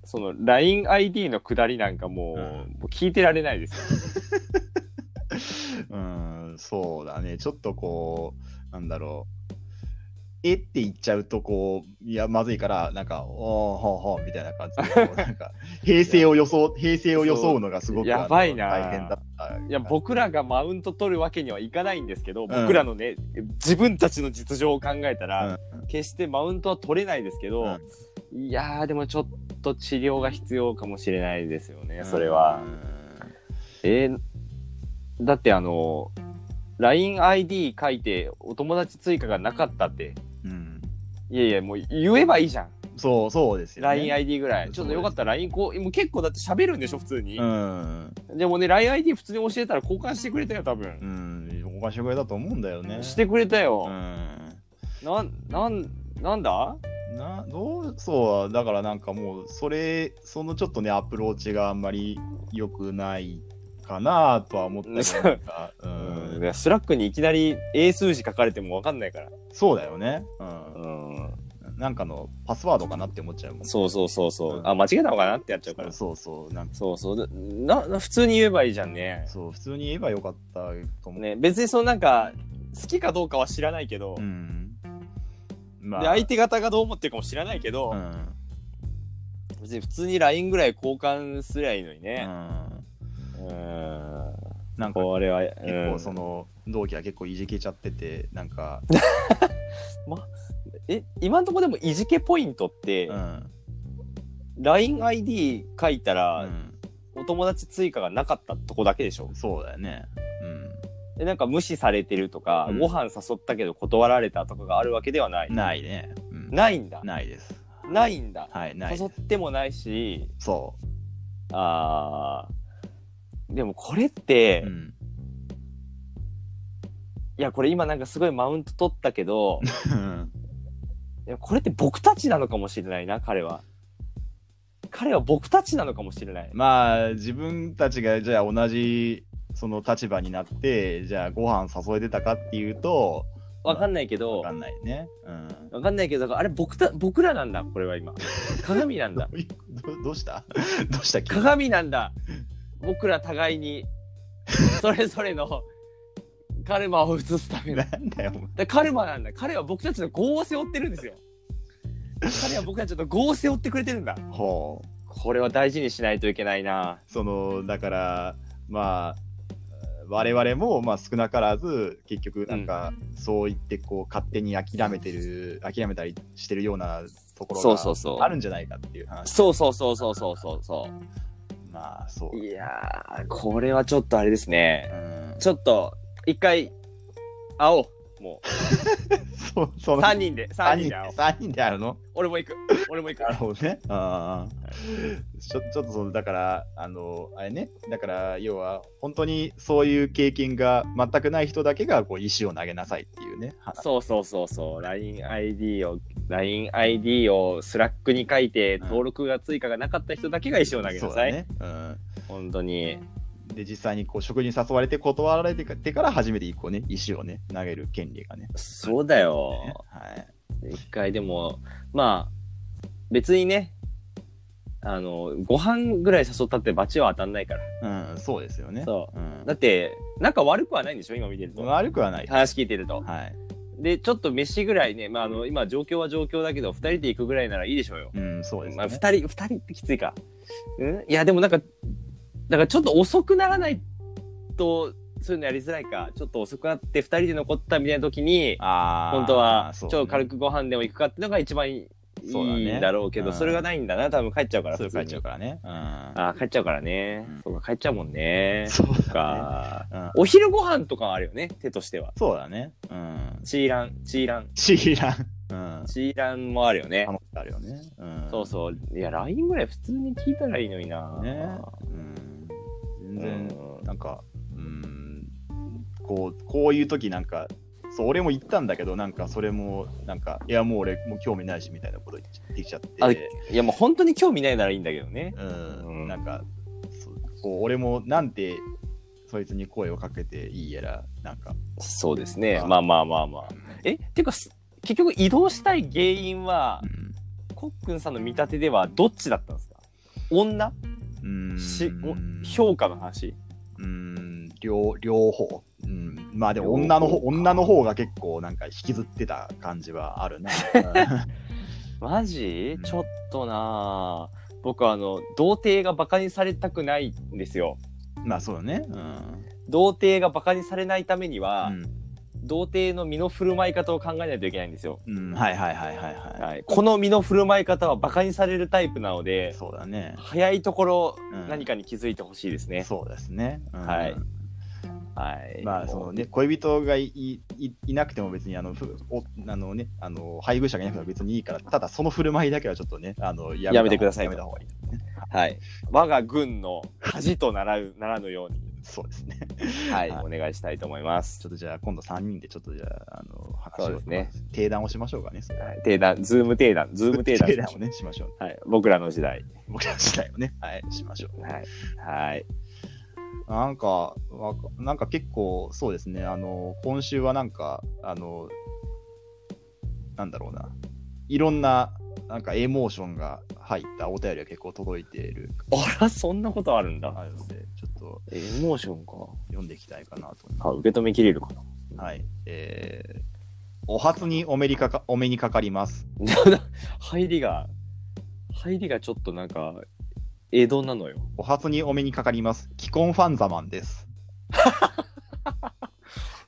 S1: その LINEID の下りなんかもう,、
S2: うん
S1: もう聞いてられないですよ。
S2: うん、そうだね。ちょっとこう、なんだろう。えって言っちゃうと、こう、いや、まずいから、なんか、おーほうほうみたいな感じで、こう *laughs* なんか、平成を装う、平成を装うのがすごく
S1: そうやばいな
S2: あの大変だった。
S1: いや僕らがマウント取るわけにはいかないんですけど
S2: ん
S1: 僕らのね、自分たちの実情を考えた
S2: うん、
S1: ら、決してマウントは取れないですけど、いやーでもちょっと治療が必要かもしれないですよね
S2: うん
S1: それは。えーだってあの LINEID 書いてお友達追加がなかったって
S2: うん。うん
S1: いやいやもう言えばいいじゃん
S2: そう、そうですよ、ね。
S1: LINEID ぐらいちょっとよかったら LINE こうもう結構だって喋るんでしょ普通に
S2: う、ん。
S1: でもね LINEID 普通に教えたら交換してくれたよ多
S2: う
S1: 分、
S2: ん。おかしぐらいだと思うんだよね。
S1: してくれたよ、
S2: うん。
S1: なん、なん、なんだ
S2: などうそうだからなんかもうそれそのちょっとねアプローチがあんまり良くないかなとは思ったけどなんか、う
S1: うんん、スラックにいきなり英数字書かれてもわかんないから。
S2: そうだよね、う
S1: うん。
S2: ん、なんかのパスワードかなって思っちゃうもん
S1: そうそうそうそうう。
S2: ん
S1: あ、間違えたのかなってやっちゃうから。
S2: そうそうなんか
S1: そうそう。な、な普通に言えばいいじゃんね。
S2: そう普通に言えばよかったと思う、
S1: ね、別にそのなんか、好きかどうかは知らないけど、
S2: うんま
S1: で相手方がどう思ってるかも知らないけど、
S2: うん
S1: 別に普通に LINE ぐらい交換すりゃいいのにね。
S2: うん
S1: うん。
S2: なんか
S1: これは、
S2: 結
S1: う
S2: 構
S1: ん
S2: その同期は結構いじけちゃっててなんか、
S1: え、今のところでもいじけポイントって、
S2: うん、
S1: LINEID 書いた
S2: う
S1: ら、
S2: ん
S1: お友達追加がなかったとこだけでしょ
S2: そうだよねうん
S1: でなんか無視されてるとか、
S2: うん
S1: ご飯誘ったけど断られたとかがあるわけではない
S2: ないね。うん
S1: ないんだな
S2: ないです。
S1: いんだ
S2: はい、ない
S1: 誘。ってもないし
S2: そ
S1: あーでもこれって、
S2: う。う
S1: い
S2: ん。
S1: やこれ今なんかすごいマウント取ったけ
S2: *laughs*
S1: ど
S2: うん
S1: いやこれって僕たちなのかもしれないな彼は彼は僕たちなのかもしれない、
S2: まあ、自分たちがじゃあ同じその立場になって、じゃあご飯誘えてたかっていうと、
S1: わかんないけど
S2: わかんないね。うん。
S1: わかんないけどだからあれ僕た僕らなんだこれは
S2: *laughs*
S1: 今鏡なんだ
S2: どういどどうした *laughs* どうした急に
S1: 鏡なんだ僕ら互いにそれぞれのカルマを映すためのだか
S2: *laughs* なんだよ、お前
S1: らカルマなんだ彼は僕たちの業を背負ってるんですよ彼は僕たちの業を背負ってくれてるんだ
S2: ほう。
S1: これは大事にしないといけないな。
S2: そのだからまあ我々もまあ少なからず結局なんかそう言ってこう勝手に諦めてる諦めたりしてるようなところ
S1: そうそうそう
S2: があるんじゃないかっていう話
S1: そうそうそうそうそうそうそ
S2: まあそう
S1: う。いやー、これはちょっとあれですね。
S2: うん *laughs*
S1: ちょっと、一回、会おう。も、
S2: そうそうの
S1: 3人で、3
S2: 3
S1: 人
S2: 人
S1: で会おう。
S2: 三人であるの
S1: 俺も行く。俺も行く
S2: な。るほどね。ああちょちょっとそのだからあのあれねだから要は本当にそういう経験が全くない人だけがこう石を投げなさいっていうね。話
S1: そうそうそうそう。LINEID を、LINEID をスラックに書いて、
S2: うん
S1: 登録が追加がなかった人だけが石を投げ
S2: そ
S1: な
S2: う
S1: さ
S2: だ
S1: い。
S2: ね。うん
S1: 本当に。
S2: で実際にこう職に誘われて断られてから初めて一個ね石をね投げる権利がね。
S1: そうだ
S2: ね
S1: よ。
S2: はい。
S1: 一回でも、まあ、別にね、あの、ご飯ぐらい誘ったってバチは当たんないから。
S2: うんそうですよね。。
S1: そう
S2: ん
S1: だ、って、仲悪くはないんでしょ今見てると。
S2: 悪くはない。
S1: 話聞いてると。
S2: はい。
S1: で、ちょっと飯ぐらいね、まあ、あの、今状況は状況だけど、二人で行くぐらいならいいでしょうよ。
S2: うんそうです
S1: まあ、
S2: ね。
S1: 二人、二人ってきついか。うんいや、でもなんか、だからちょっと遅くならないと、そういうのやりづらいか。ちょっと遅くなって二人で残ったみたいな時に、
S2: ああ
S1: 本当は、
S2: そう
S1: 超軽
S2: く
S1: くご飯でも行くかってのが一番いい
S2: そうだね
S1: いいんだろうけど、
S2: うん
S1: それがないんだな。多分帰っちゃうから、
S2: そう書いちゃう
S1: か
S2: からね。うん。
S1: ら。あー帰っちゃうからね。
S2: うん
S1: そうか、帰っちゃうもんね。
S2: そう
S1: そっ
S2: だね。
S1: か。
S2: うん
S1: お昼ご飯とかはあるよね、手としては。
S2: そうだね。うん。
S1: チーラン、チーラン。
S2: 知らん。うん。
S1: チーランもあるよね
S2: 可。能性あるよね。うん。
S1: そうそう。いや、LINE ぐらい普通に聞いたらいいのにな。
S2: ね。うん。全然、
S1: う
S2: なんか、うん。こう、こういう時なんか、そう、俺も言ったんだけど、なんか、それも、なんか、いや、もう俺、もう興味ないし、みたいなこと言ってきちゃって。
S1: あいやもう本当に興味ないならいいんだけどね。
S2: う
S1: うん
S2: ん。なんか、そうこう、俺も、なんて、そいつに声をかけていいやら、なんか。
S1: そうですね
S2: あ
S1: まあまあまあまあ。えっていうかす結局移動したい原因は
S2: う、
S1: コックンさんの見立てではどっちだったんですか女
S2: んうん。
S1: しお
S2: ょ
S1: 評価の話
S2: うーん両両方、うん、まあでも
S1: 両方
S2: 女の方
S1: か
S2: 女の方が結構なんか引きずってた感じはあ
S1: *laughs*
S2: るね。
S1: マジ
S2: うん
S1: ちょっとなあ僕あの童貞がバカにされたくないんですよ。
S2: うんまあそうだね。うん
S1: 童貞がバカにされないために
S2: う
S1: は、
S2: ん
S1: 童貞の身の振る舞い方を考えないといけないんですよ。
S2: うん、はいはいはいはいは
S1: はい、この身の振る舞い方はバカにされるタイプなの
S2: い。
S1: で
S2: そうだね。
S1: 早いところ
S2: うん
S1: 何かに気づいてほしいですね。
S2: そうですね。うん
S1: はいはい。
S2: まあそのね恋人がいいいいなくても別にあのふおあのねあの配偶者がいなくても別にいいからただその振る舞いだけはちょっとねあのや
S1: やめてください
S2: やめた方がいい。
S1: はい。我が軍の恥とならう *laughs* ならぬように、
S2: そうですね。 *laughs*
S1: はい、
S2: はい
S1: お願いしたいと思います
S2: ちょ。っとじゃあ今度三人でちょっとじゃああの話
S1: そう
S2: を
S1: ですね
S2: 提談をしましょうかね。
S1: はい、定談、ズーム定談、ズーム定
S2: *laughs*
S1: 談。
S2: をね、しましょう。
S1: はい、僕らの時代。
S2: 僕ら時代をね、はい、しましょう。
S1: はい。はい。
S2: なんか、わかなんか結構、そうですね、あの、今週はなんか、あの、なんだろうな、いろんな、なんかエモーションが入ったお便りが結構届いている
S1: あら、そんなことあるんだ。
S2: あるので、ちょっと
S1: エモーションか。
S2: 読んでいきたいかなと思いま
S1: あ、受け止めきれるかな。 *laughs*
S2: す。はい。えー、お初にお目にかかお目にかかります。
S1: 入りが、入りがちょっとなんか、江戸なのよ。
S2: お初にお目にかかります。既婚ファンザマンです。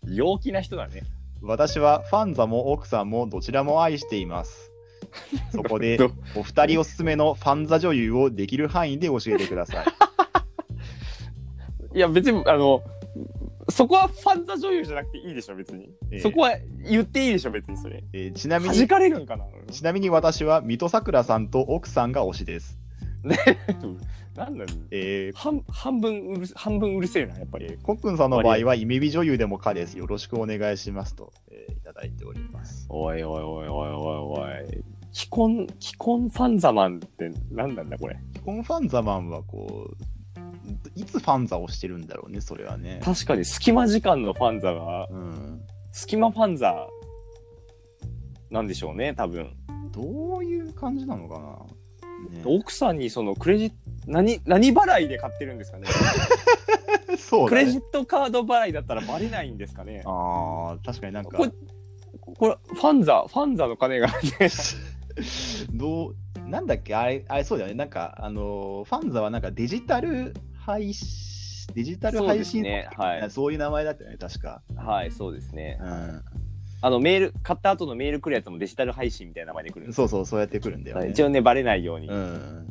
S1: 陽気な人だね。
S2: 私はファンザも奥さんもどちらも愛しています。そこ
S1: *laughs*
S2: でお二人おすすめのファンザ女優をできる範囲で教えてく
S1: *laughs*
S2: ださい。
S1: いや、別に、あの、そこはファンザ女優じゃなくていいでしょ、別に。
S2: ええ
S1: そこは言っていいでしょ、別にそれ。
S2: えーちなみ
S1: 弾
S2: に、
S1: かれるんかな
S2: ちなみに私は水戸さくらさんと奥さんが推しです。
S1: なんなん
S2: えー
S1: 半半分うる半分うるせえなやっぱり
S2: えーコックンさんの場合はイメビ女優でも可です。よろしくお願いしますと、えーいただいております。
S1: おいおいおいおいおいおい既婚既婚ファンザマンって何なんだこれ
S2: このファンザマンはこう、いつファンザをしてるんだろうね、それはね。
S1: 確かに隙間時間のファンザが
S2: うん、
S1: 隙間ファンザなんでしょうね多分
S2: どういう感じなのかな。ね
S1: 奥さんにそのクレジット何何払いで買ってるんですかね
S2: *laughs* そう
S1: ク
S2: だ
S1: レ
S2: ね
S1: ジットカード払いだったらバレないんですかね
S2: ああ、確かになんか
S1: こ。れこれファンザファンザの金がね
S2: どうなんだっけあれ、あれそうだよね。なんか、あのーファンザはなんかデジタル配信、デジタル
S1: そう
S2: 配
S1: です
S2: 信、
S1: ね。はい。
S2: そういう名前だったよね、確か。
S1: はい、そうですね。
S2: う
S1: あの、メール、買った後のメール来るやつもデジタル配信みたいな名前で来るんで
S2: ん。
S1: すよ
S2: そうそう、そうやってくるんだよ
S1: はい
S2: ね。
S1: 一応ね、バレないように。
S2: うん。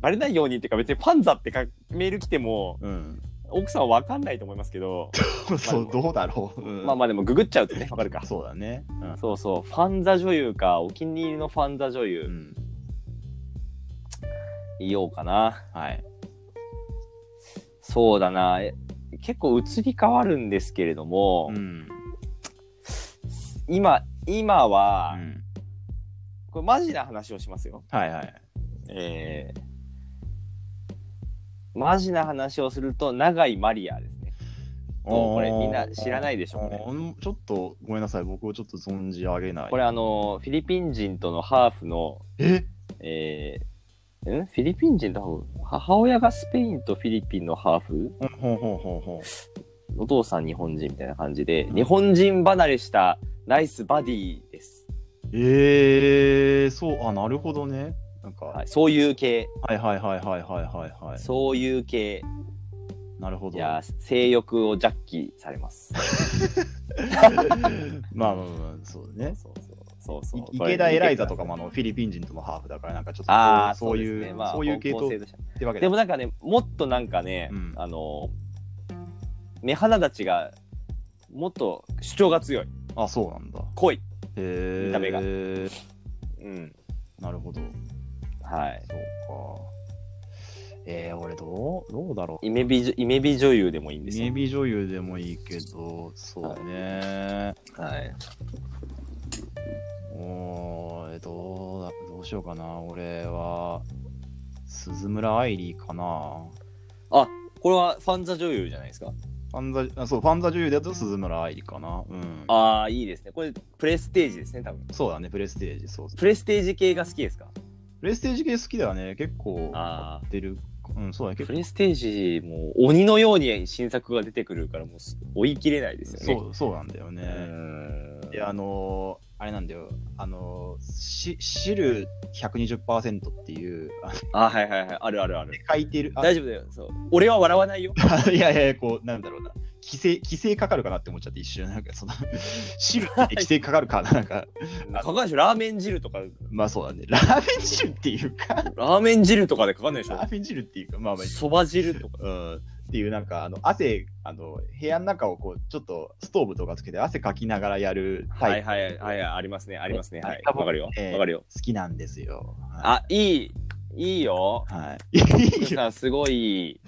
S1: バレないようにっていうか、別にパンザってかメール来ても、
S2: うん。
S1: 奥さんわかんないと思いますけど、
S2: そう、どうだろう。うん
S1: まあまあでもググっちゃうとね、わかるか。
S2: そうだね。うん
S1: そうそう、ファンザ女優か、お気に入りのファンザ女
S2: う
S1: 優、
S2: ん。
S1: 言おうかな。
S2: はい。
S1: そうだな。え結構移り変わるんですけれども
S2: う、ん。
S1: 今、今
S2: う
S1: は、
S2: ん
S1: これマジな話をしますよ。
S2: はいはい。
S1: えーマジな話をすると、永井マリアですね。もうこれみんな知ら
S2: い
S1: ないでし
S2: ち
S1: ょうね。
S2: ょっとごめんなさい、僕をちょっと存じ上げない。
S1: これあの、フィリピン人とのハーフの、
S2: え
S1: えーんフィリピン人とハーフ母親がスペインとフィリピンのハーフ
S2: ほんほんほんほんほん。
S1: お父さん日本人みたいな感じで、
S2: うん
S1: 日本人離れしたナイスバディです。
S2: えー、そう、あ、なるほどね。なんか、
S1: はい、そういう系、
S2: はいはいはいはいはいはいはい。
S1: そういう系、
S2: なるほ
S1: い
S2: ど。
S1: やー、性欲をジャッキされます。
S2: *laughs* まあまあまあ、そうだね。
S1: そうそうそうそう
S2: い池田エライザとかも
S1: も。
S2: あのフィリピン人とのハーフだから、なんかちょっと
S1: ああ、
S2: そういう、
S1: ですねまあ
S2: そういう系
S1: 方向
S2: 統
S1: 性
S2: っ
S1: として
S2: てわけだ
S1: でもなんかね、もっとなんかね、
S2: うん
S1: あの、目鼻たちが、もっと主張が強い、
S2: あ、そうなんだ。
S1: 濃い。
S2: へえ。
S1: 見た目がうん。
S2: なるほど。
S1: はい。
S2: そうか。えー、俺どう、どうだろう。
S1: イメビジイメビ女優でもいいんです
S2: メ
S1: よ。
S2: ビ女優でもいいけど、そうね。
S1: はい。
S2: おー、どうだ、どうしようかな。俺は、鈴村愛理かな。
S1: これはファンザ女優じゃないですか。
S2: ファンザ、あそう、ファンザ女優だと鈴村愛理かな。うん。
S1: ああ、いいですね。これ、プレステージですね、多分。
S2: そうだね、プレステージ、そう。
S1: プレステージ系が好きですか
S2: プレステージ系好きだよね、結構、や
S1: あ
S2: ってる。うん、そうだね、
S1: あ。
S2: 結
S1: プ
S2: 構。
S1: レステージ、もう鬼のように新作が出てくるから、もうす追い切れないですよね。
S2: そう、そうなんだよ
S1: う
S2: ね。
S1: ーん。
S2: で、あのーあれなんだよ、あのーし、汁120%っていう、あ
S1: あはいはいはい。あるあるある。
S2: 書いてる、あ、
S1: 大丈夫だよ。そう。俺は笑わないよ。
S2: いやいやいや、こう、なんだろうな、規制、規制かかるかなって思っちゃって、一瞬、なんか、
S1: *laughs*
S2: その、汁って規制かかるかな、なんか、
S1: かかんないでしょ。ラーメン汁とか、
S2: まあそうだね、ラーメン汁っていうか、
S1: ラーメン汁とかでかかんないでし
S2: ラーメン汁っていうか、まあ
S1: ょ。
S2: まあ、
S1: そば汁とか。
S2: うんっていうなんかあの汗あの部屋の中をこうちょっとストーブとかつけて汗かきながらやる
S1: は
S2: タイ
S1: い
S2: プ
S1: はいはい。ありますね。ありますね。はい。
S2: あ僕
S1: わかるよ。
S2: えー
S1: わかるよ。
S2: 好きなんですよ。は
S1: あ、いい。いいよ。
S2: いはい、いいよ
S1: さんすごい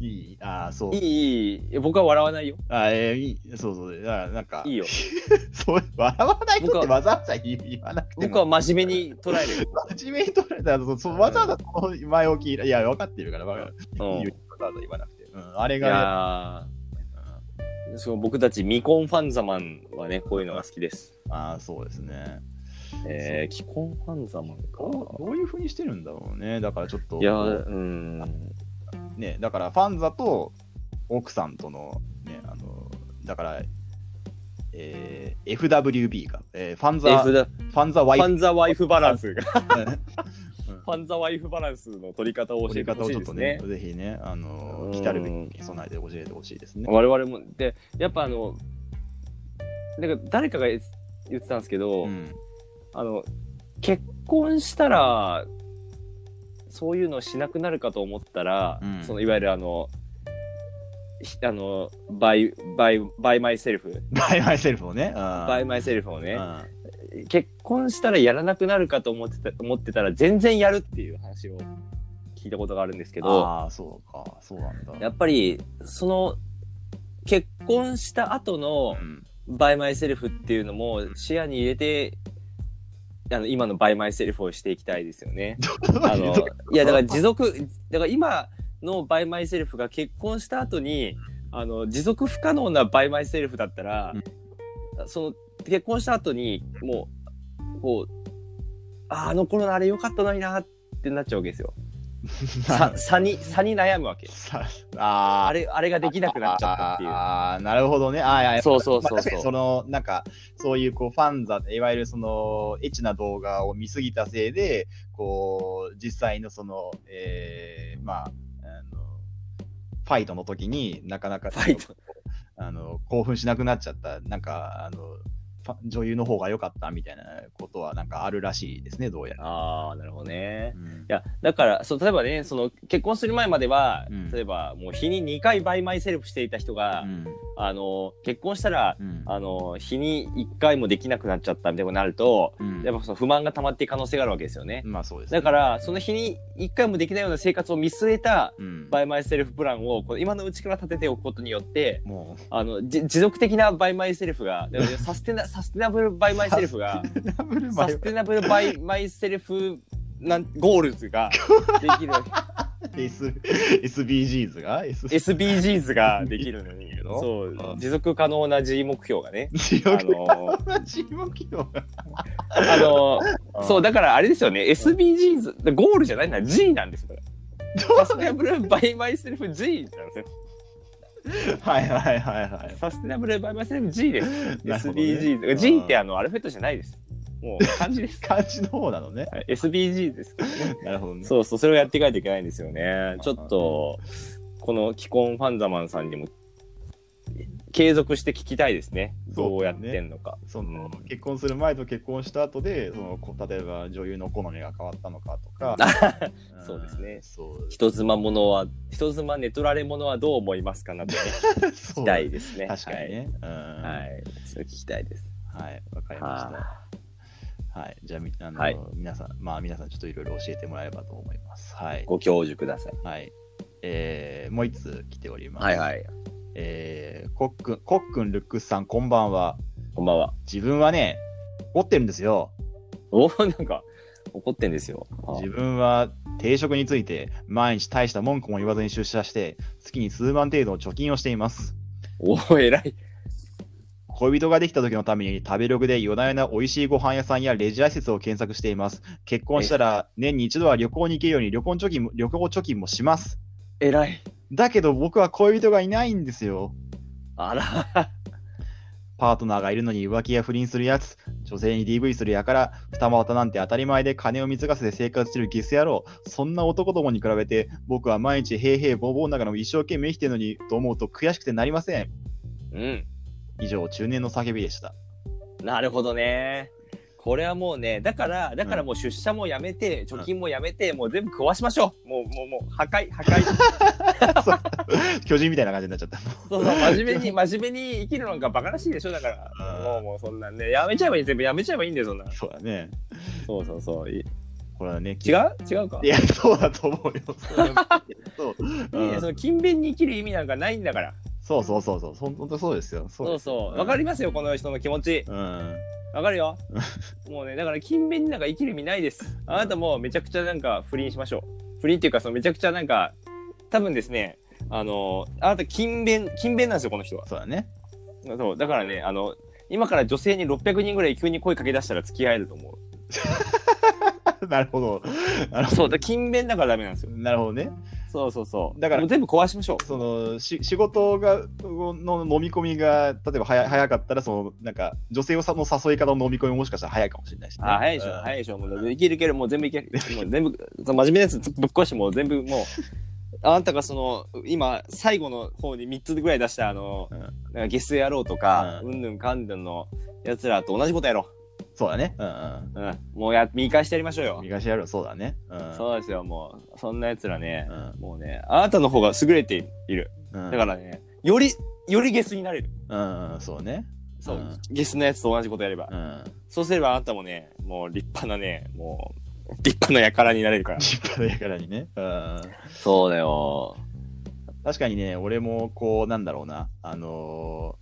S1: いい。
S2: いいあーそう
S1: いい、いい。僕は笑わないよ。
S2: あーえーいいそうそうだからなんか
S1: いいよ。
S2: そう笑わない
S1: 僕
S2: 人っ
S1: は
S2: てわざわざ言言わなくて
S1: 僕
S2: も
S1: は真面目に捉
S2: *laughs*
S1: えるよ。
S2: 真面目に取られたらそうそうわざわざその前置きいらいや分かってるから分かる、
S1: うん
S2: いいよわざわざ言わなくて、うん、あれ
S1: い
S2: が
S1: や
S2: うん
S1: ーそう僕たち未婚ファンザマンはね、こういうのが好きです。
S2: あーそうですね
S1: えー、既婚ファンザマンか。
S2: どうどういうふうにしてるんだろうねだからちょっと
S1: いやー、うん。
S2: ね、だからファンザと奥さんとの、ね、あのだから、えー FWB か、えーファンザ、
S1: F
S2: フ
S1: だ
S2: ァンザワイ
S1: ファ
S2: フ
S1: ンザワイフバラン *laughs* スが。
S2: うん
S1: ファンザワイフバランスの取り方を
S2: 取
S1: 教えて
S2: り方
S1: ほ
S2: を
S1: し
S2: ち
S1: い
S2: ょっ
S1: です
S2: と
S1: ね
S2: ね、。ぜひね、あ
S1: う
S2: の
S1: ん
S2: 来たるべきに備えて教えてほしいですね。
S1: 我々も、で、やっぱあの、なんか誰かが言って言ってたんですけど、
S2: うん、
S1: あの、結婚したら、そういうのしなくなるかと思ったら、
S2: うん
S1: そのいわゆるあの、ひあの、バイ、バイ、バイマイセルフ、
S2: バイマイセルフをね。うん
S1: バイマイセルフをね
S2: う、ん
S1: 結婚したらやらなくなるかと思ってた、思ってたら全然やるっていう話を聞いたことがあるんですけど、
S2: ああ、そうか、そうなんだ。
S1: やっぱり、その、結婚した後の
S2: うん
S1: バイマイセルフっていうのも視野に入れて、あの、今のバイマイセルフをしていきたいですよね。あ
S2: *laughs*
S1: の、いや、だから持続、だから今のバイマイセルフが結婚した後に、あの、持続不可能なバイマイセルフだったら、その、結婚した後に、もう、こう、ああの頃のあれ良かったのになってなっちゃうわけですよ。
S2: *laughs*
S1: さ差に差に悩むわけ
S2: さあー
S1: あれあれができなくなっちゃったっていう
S2: あーなるほどね。あーいやいや
S1: そうそう
S2: まあ
S1: そうそう
S2: 確かにそのなんかそういうこうファンザいわゆるそのエッチな動画を見すぎたせいでこう実際のその、えー、まああのファイトの時になかなか
S1: ファイト
S2: あの興奮しなくなっちゃったなんかあのファ女優の方が良かったみたいなことはなんかあるらしいですねどうやら。
S1: ああなるほどね
S2: うん
S1: いやだからそう例えばねその結婚する前までは、
S2: うん
S1: 例えばもう日に2回バイマイセルフしていた人が、
S2: うん
S1: あの結婚したら
S2: うん
S1: あの日に1回もできなくなっちゃったみたいになると
S2: うん
S1: やっぱその不満が溜まっていく可能性があるわけですよね。
S2: まあそうですね、
S1: だからその日に1回もできないような生活を見据えた
S2: うん、
S1: バイマイセルフプランをこう今のうちから立てておくことによって
S2: も
S1: あのじ持続的なバイマイセルフがだからサステナサステナブルバイマイセルフ
S2: *laughs*
S1: が
S2: うダブル
S1: サ
S2: マ
S1: ス
S2: ヨ
S1: テナブルバイマイセルフなんゴールズ
S2: *laughs*
S1: ができるわけ
S2: S
S1: *laughs*
S2: SBGs が S
S1: SBGs ができるの
S2: *laughs*
S1: に
S2: の
S1: そう
S2: あ
S1: 持続可能な G 目標が
S2: *laughs*
S1: ねあ
S2: *laughs* 強く
S1: の
S2: チーム機能が
S1: あのそう
S2: だ
S1: だからあれですよね SBGs ゴールじゃないんだ G なんですよサステナブルバイマイセルフ G なんですよ
S2: はいはいはいはい
S1: サステナブルバイマイセルフ G です
S2: *laughs* なるほどね
S1: SBGs、
S2: うん
S1: G ってあのアルファベットじゃないですもう漢字です
S2: 漢字の方なのね
S1: はい SBG ですから
S2: *laughs*
S1: ね
S2: なるほどね
S1: そうそうそれをやっていかないといけないんですよねちょっとこの既婚ファンザマンさんにも継続して聞きたいですね
S2: そう
S1: どうやってんのか
S2: その結婚する前と結婚した後でそのこ例えば女優の好みが変わったのかと
S1: *laughs*
S2: かん
S1: そうですね *laughs*
S2: そう
S1: 人妻ものは人妻寝取られものはどう思いますかなとね聞
S2: *laughs* そ
S1: き
S2: う
S1: たいですね
S2: 確かにねうん
S1: はい、はいそれ聞きたいです
S2: はいわかりまし
S1: は
S2: たはいじゃあみあの、
S1: はい
S2: 皆さんまあ皆さんちょっといろいろ教えてもらえればと思いますはい
S1: いご教授ください
S2: はいえー、もう一つ来ております
S1: い
S2: えー、コックン、コックン、ルックスさん、こんばんは。
S1: こんばんは
S2: 自分はね、怒ってるんですよ。
S1: おおなんか怒ってんですよあ
S2: 自分は定職について、毎日大した文句も言わずに出社して、月に数万程度の貯金をしています。
S1: おお偉い
S2: 恋人ができた時のために食べログで夜な夜な美味しいご飯屋さんやレジャー施設を検索しています。結婚したら年に一度は旅行に行けるように旅行貯金も旅行貯金もします。
S1: 偉い
S2: だけど僕は恋人がいないんですよ。
S1: あら、
S2: パートナーがいるのに浮気や不倫するやつ、女性に DV するやから、二股なんて当たり前で金を貢がせて生活してるゲス野郎、そんな男どもに比べて、僕は毎日平平凡凡ながらも一生懸命生きてるのにと思うと悔しくてなりません。
S1: うん、
S2: 以上、中年の叫びでした。
S1: なるほどね。これはもうね、だから、だからもう出社もやめて、貯金もやめて、もう全部壊しましょう。もう、もう、もう、破壊、破 *laughs* 壊。
S2: そう巨人みたいな感じになっちゃった。
S1: そうそう、真面目に、真面目に生きるのがバカらしいでしょ、だから。
S2: うん
S1: もう、もう、そんなんね、やめちゃえばいい、全部やめちゃえばいいんだよ、そんな。
S2: そうだね。
S1: そうそうそう。い
S2: これは *laughs* ね、
S1: 違う違うか。
S2: いや、そうだと *laughs* 思うよ。そう
S1: いいね、その勤勉に生きる意味なんかないんだから。
S2: そうそうそうそう、本当そうですよ。そ
S1: そう
S2: ですよ
S1: そう。わかりますよ、この人の気持ち。
S2: うん。
S1: わかる
S2: *laughs*
S1: よ。もうね、だから勤勉になんか生きる意味ないです。あなたもめちゃくちゃなんか不倫しましょう。不倫っていうか、そのめちゃくちゃなんか、多分ですね、あの、あなた勤勉、勤勉なんですよ、この人は。
S2: そうだね。 *laughs*
S1: そう、だからね、あの、今から女性に600人ぐらい急に声かけ出したら付き合えると思う。
S2: なるほど。なるほ
S1: そう、だから勤勉だからダメなんですよ
S2: ど。。なるほどね。
S1: そうそうそう。
S2: だから
S1: もう全部壊しましょう。
S2: そのし仕事がの飲み込みが例えば早早かったらそのなんか女性をさの誘い方の飲み込みももしかしたら早いかもしれないしね、
S1: あ、早いでしょ、
S2: うん
S1: 早いでしょ。もういけるいける、もう全部いける。もう全部、その真面目なやつぶっ壊して、もう全部
S2: *laughs*
S1: もう、あなたがその、今、最後の方に3つぐらい出した、あの、
S2: うん
S1: なんかゲス野郎とか、
S2: う
S1: うんん、ぬんかんぬんのやつらと同じことやろ
S2: そうだねうんうん
S1: う。うん。もうや、見返してやりましょうよ。
S2: 磨しやるそうだねうん
S1: そうですよ、もう。そんなやつらね、
S2: うん
S1: もうね、あなたの方が優れている。
S2: うん
S1: だからね、より、よりゲスになれる。
S2: うんうんそうね
S1: そう、
S2: うん
S1: ゲスのやつと同じことやれば。
S2: うん
S1: そうすればあなたもね、もう立派なね、もう、立派な輩になれるから。
S2: 立派だからにねうん
S1: そうだよ。
S2: 確かにね俺もこうなんだろうなあの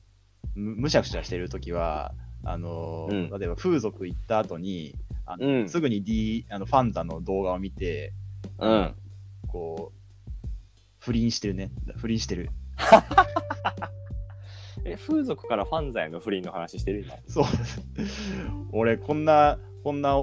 S2: ーむむしゃくしゃしてる時はあのー
S1: う
S2: 例えば風俗行った後にあの
S1: うん
S2: すぐに、D、あのファンザの動画を見て
S1: うん。
S2: こう不倫してるね不倫してる
S1: え、風俗
S2: *laughs*
S1: からファンザへの不倫の話してる今。
S2: そう。俺、こんな、こんな、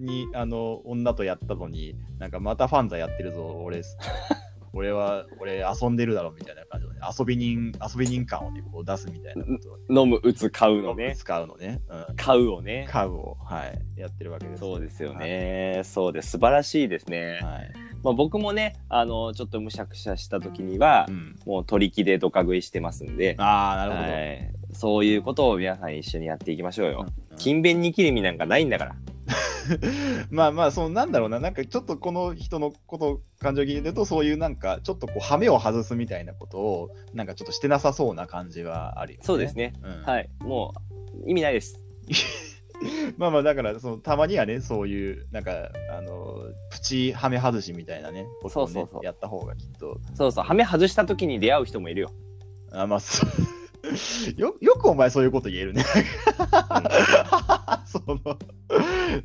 S2: にあの女とやったのに、なんかまたファンザやってるぞ、俺、 *laughs* 俺は、俺遊んでるだろみたいな感じで、遊び人、遊び人感を、ね、こう出すみたいなことを
S1: 飲む、打つ、買うのね。
S2: 使うのね。うん。
S1: 買うをね。
S2: カウを、はい、やってるわけです。
S1: そうですよね。そうです。素晴らしいですね。
S2: はい。
S1: まあ、僕もね、あの、ちょっとむしゃくしゃした時には、
S2: うん。
S1: もう取り木でドカ食いしてますんで、
S2: ああ、なるほど。
S1: はい、そういうことを皆さん一緒にやっていきましょうよ。
S2: うん
S1: 勤勉に切る意味なんかないんだから。
S2: *laughs* まあまあ、そのなんだろうな、なんかちょっとこの人のこと、感情を聞いてると、そういうなんか、ちょっとこう、羽目を外すみたいなことを、なんかちょっとしてなさそうな感じはあるよね。
S1: そうです。ね。
S2: うん、
S1: はい。もう、意味ないです。
S2: まあまあ、だから、そのたまにはね、そういう、なんか、あの、プチ羽目外しみたいなね、ことをね
S1: そうそうそう
S2: やった方がきっと、
S1: そうそう。はめ外した時に出会う人もいるよ。
S2: あまあ、そうよよくお前そういう *laughs* こと言えるね。 *laughs* その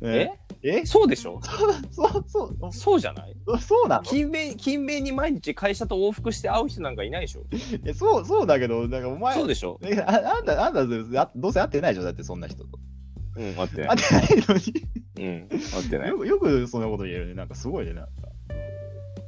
S1: え
S2: ねえ
S1: そうでしょ
S2: そうそう
S1: そうじゃない
S2: そそうなの
S1: 勤勉、勤勉に毎日会社と往復して会う人なんかいないでしょ
S2: えそうそうだけど、なんかお前
S1: そう、でしょ
S2: ねああんた、あんたずあどうせ会ってないでしょ、だってそんな人と。
S1: うん、合ってな
S2: 会
S1: い
S2: っ。てないのに
S1: うん、合ってない
S2: よ。く。よくそんなこと言えるね。なんかすごいね。なんか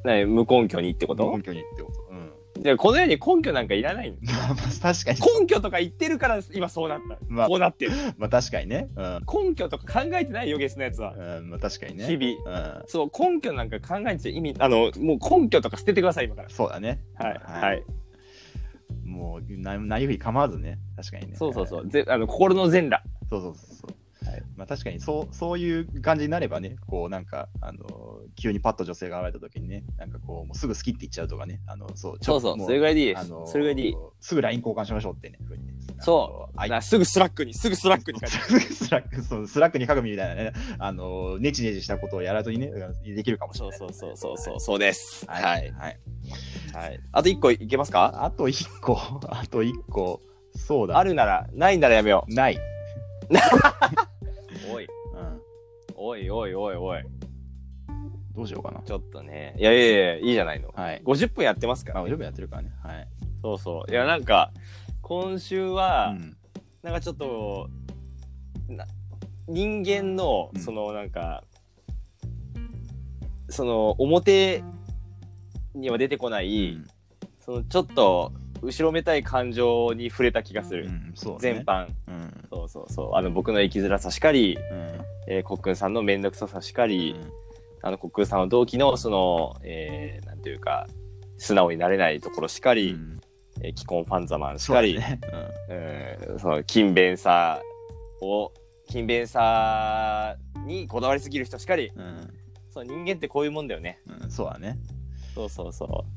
S1: ね無根拠にってこと
S2: 根拠にってこと。うん。 *laughs*
S1: じゃあこの世に根拠なんかいらないの
S2: まあ、まあ、確かに。
S1: 根拠とか言ってるから今そうなった。
S2: まあ
S1: こうなってる。
S2: まあ、確かにね。うん。
S1: 根拠とか考えてないよ、ゲスのやつは。
S2: うん、まあ、確かにね。
S1: 日々。
S2: 々。うん。
S1: そう、根拠なんか考えちゃ意味、あの、もう根拠とか捨ててください、今から。
S2: そうだね。
S1: はい。
S2: はい
S1: はい。
S2: もう、な何ふり構わずね。確かにね。。
S1: そうそうそうう。ぜあの心の全裸。
S2: そうそうそうそう。
S1: はい
S2: まあ、確かにそうそういう感じになればね、こうなんか、あの急にパッと女性が現れたときにね、なんかこう、もうすぐ好きって言っちゃうとかね、あのそうち
S1: そ
S2: ょ
S1: うそう。
S2: も
S1: それぐらいでいいで
S2: あ
S1: す
S2: の。
S1: それぐらいでいい。
S2: すぐ LINE 交換しましょうってね、ふうにね
S1: そ
S2: あの
S1: なすぐスラックに、すぐスラックに書いて。
S2: *laughs* スラック、そう、スラックに鏡みたいなね、あの、ネチネチしたことをやらずにね、できるかもしれ
S1: そう
S2: ない。
S1: そうそうそうそう、そうです。
S2: は。
S1: はいい。
S2: はい
S1: はい。あと一個いけますか
S2: あと一個、 *laughs* あと一個、そうだ。
S1: あるなら、ないならやめよ
S2: ない。
S1: う。おい、
S2: うん。
S1: おいおいおいおい。
S2: どうしようかな。
S1: ちょっとね。いやいやいや、いいじゃないの。
S2: はい。
S1: 50分やってますか
S2: ま
S1: ら。
S2: あ、よくやってるからね。はい。
S1: そうそう。いや、なんか、今週は、
S2: うん
S1: なんかちょっとな人間の
S2: うん
S1: そのなんか、その表には出てこない、
S2: うん
S1: そのちょっと後ろめたい感情に触れた気がする、
S2: うん、そうね
S1: 全。般
S2: うん。
S1: そうそうそうあの僕の生きづらさしかり、
S2: うん。
S1: えー、コックンさんの面倒くささしかり、
S2: うん
S1: あのコックンさんの同期のその、えーなんていうか素直になれないところしかり、
S2: うん
S1: えー既婚ファンザマンし
S2: そう
S1: か
S2: だ
S1: り、
S2: ね。
S1: うんその勤勉さを勤勉さにこだわりすぎる人しかり
S2: うん。
S1: そう人間ってこういうもんだよね
S2: うんうん。そうだね。
S1: そうそうそう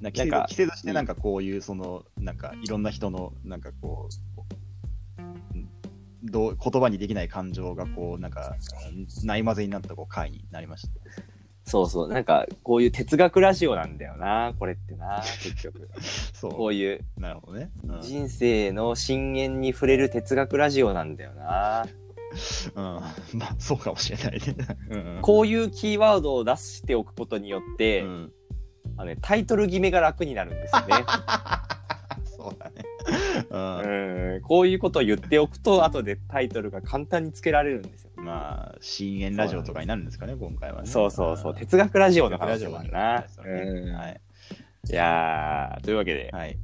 S2: なん
S1: なん
S2: か
S1: か
S2: 規制としてなんかこういうそのなんかいろんな人のなんかこううんどう言葉にできない感情がこうなんかうんないまぜになったこう回になりました。
S1: そうそうなんかこういう哲学ラジオなんだよなこれってな結
S2: *laughs*
S1: 局こ
S2: そう
S1: いう
S2: うなるほどね。うん。
S1: 人生の深淵に触れる哲学ラジオなんだよな
S2: うん *laughs* まあそうかもしれないね。 *laughs* うん
S1: こういうキーワードを出しておくことによって、
S2: うん。
S1: あのね、タイトル決めが楽になるんですよ
S2: *laughs*
S1: ね、
S2: そうだね。
S1: うん、こういうことを言っておくと後でタイトルが簡単につけられるんですよ
S2: うん。まあ深淵ラジオとかになるんですかね今回はね。
S1: そうそうそう、
S2: ん
S1: 哲学ラジオの話もあるな。うん
S2: はい
S1: いやー、というわけで、
S2: はい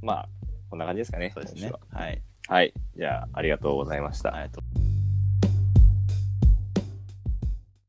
S1: まあ、こんな感じですかね。
S2: そうです
S1: 今
S2: ね
S1: 週は。
S2: はい。
S1: はい。じゃあ、ありがとうございました。
S2: ありがとう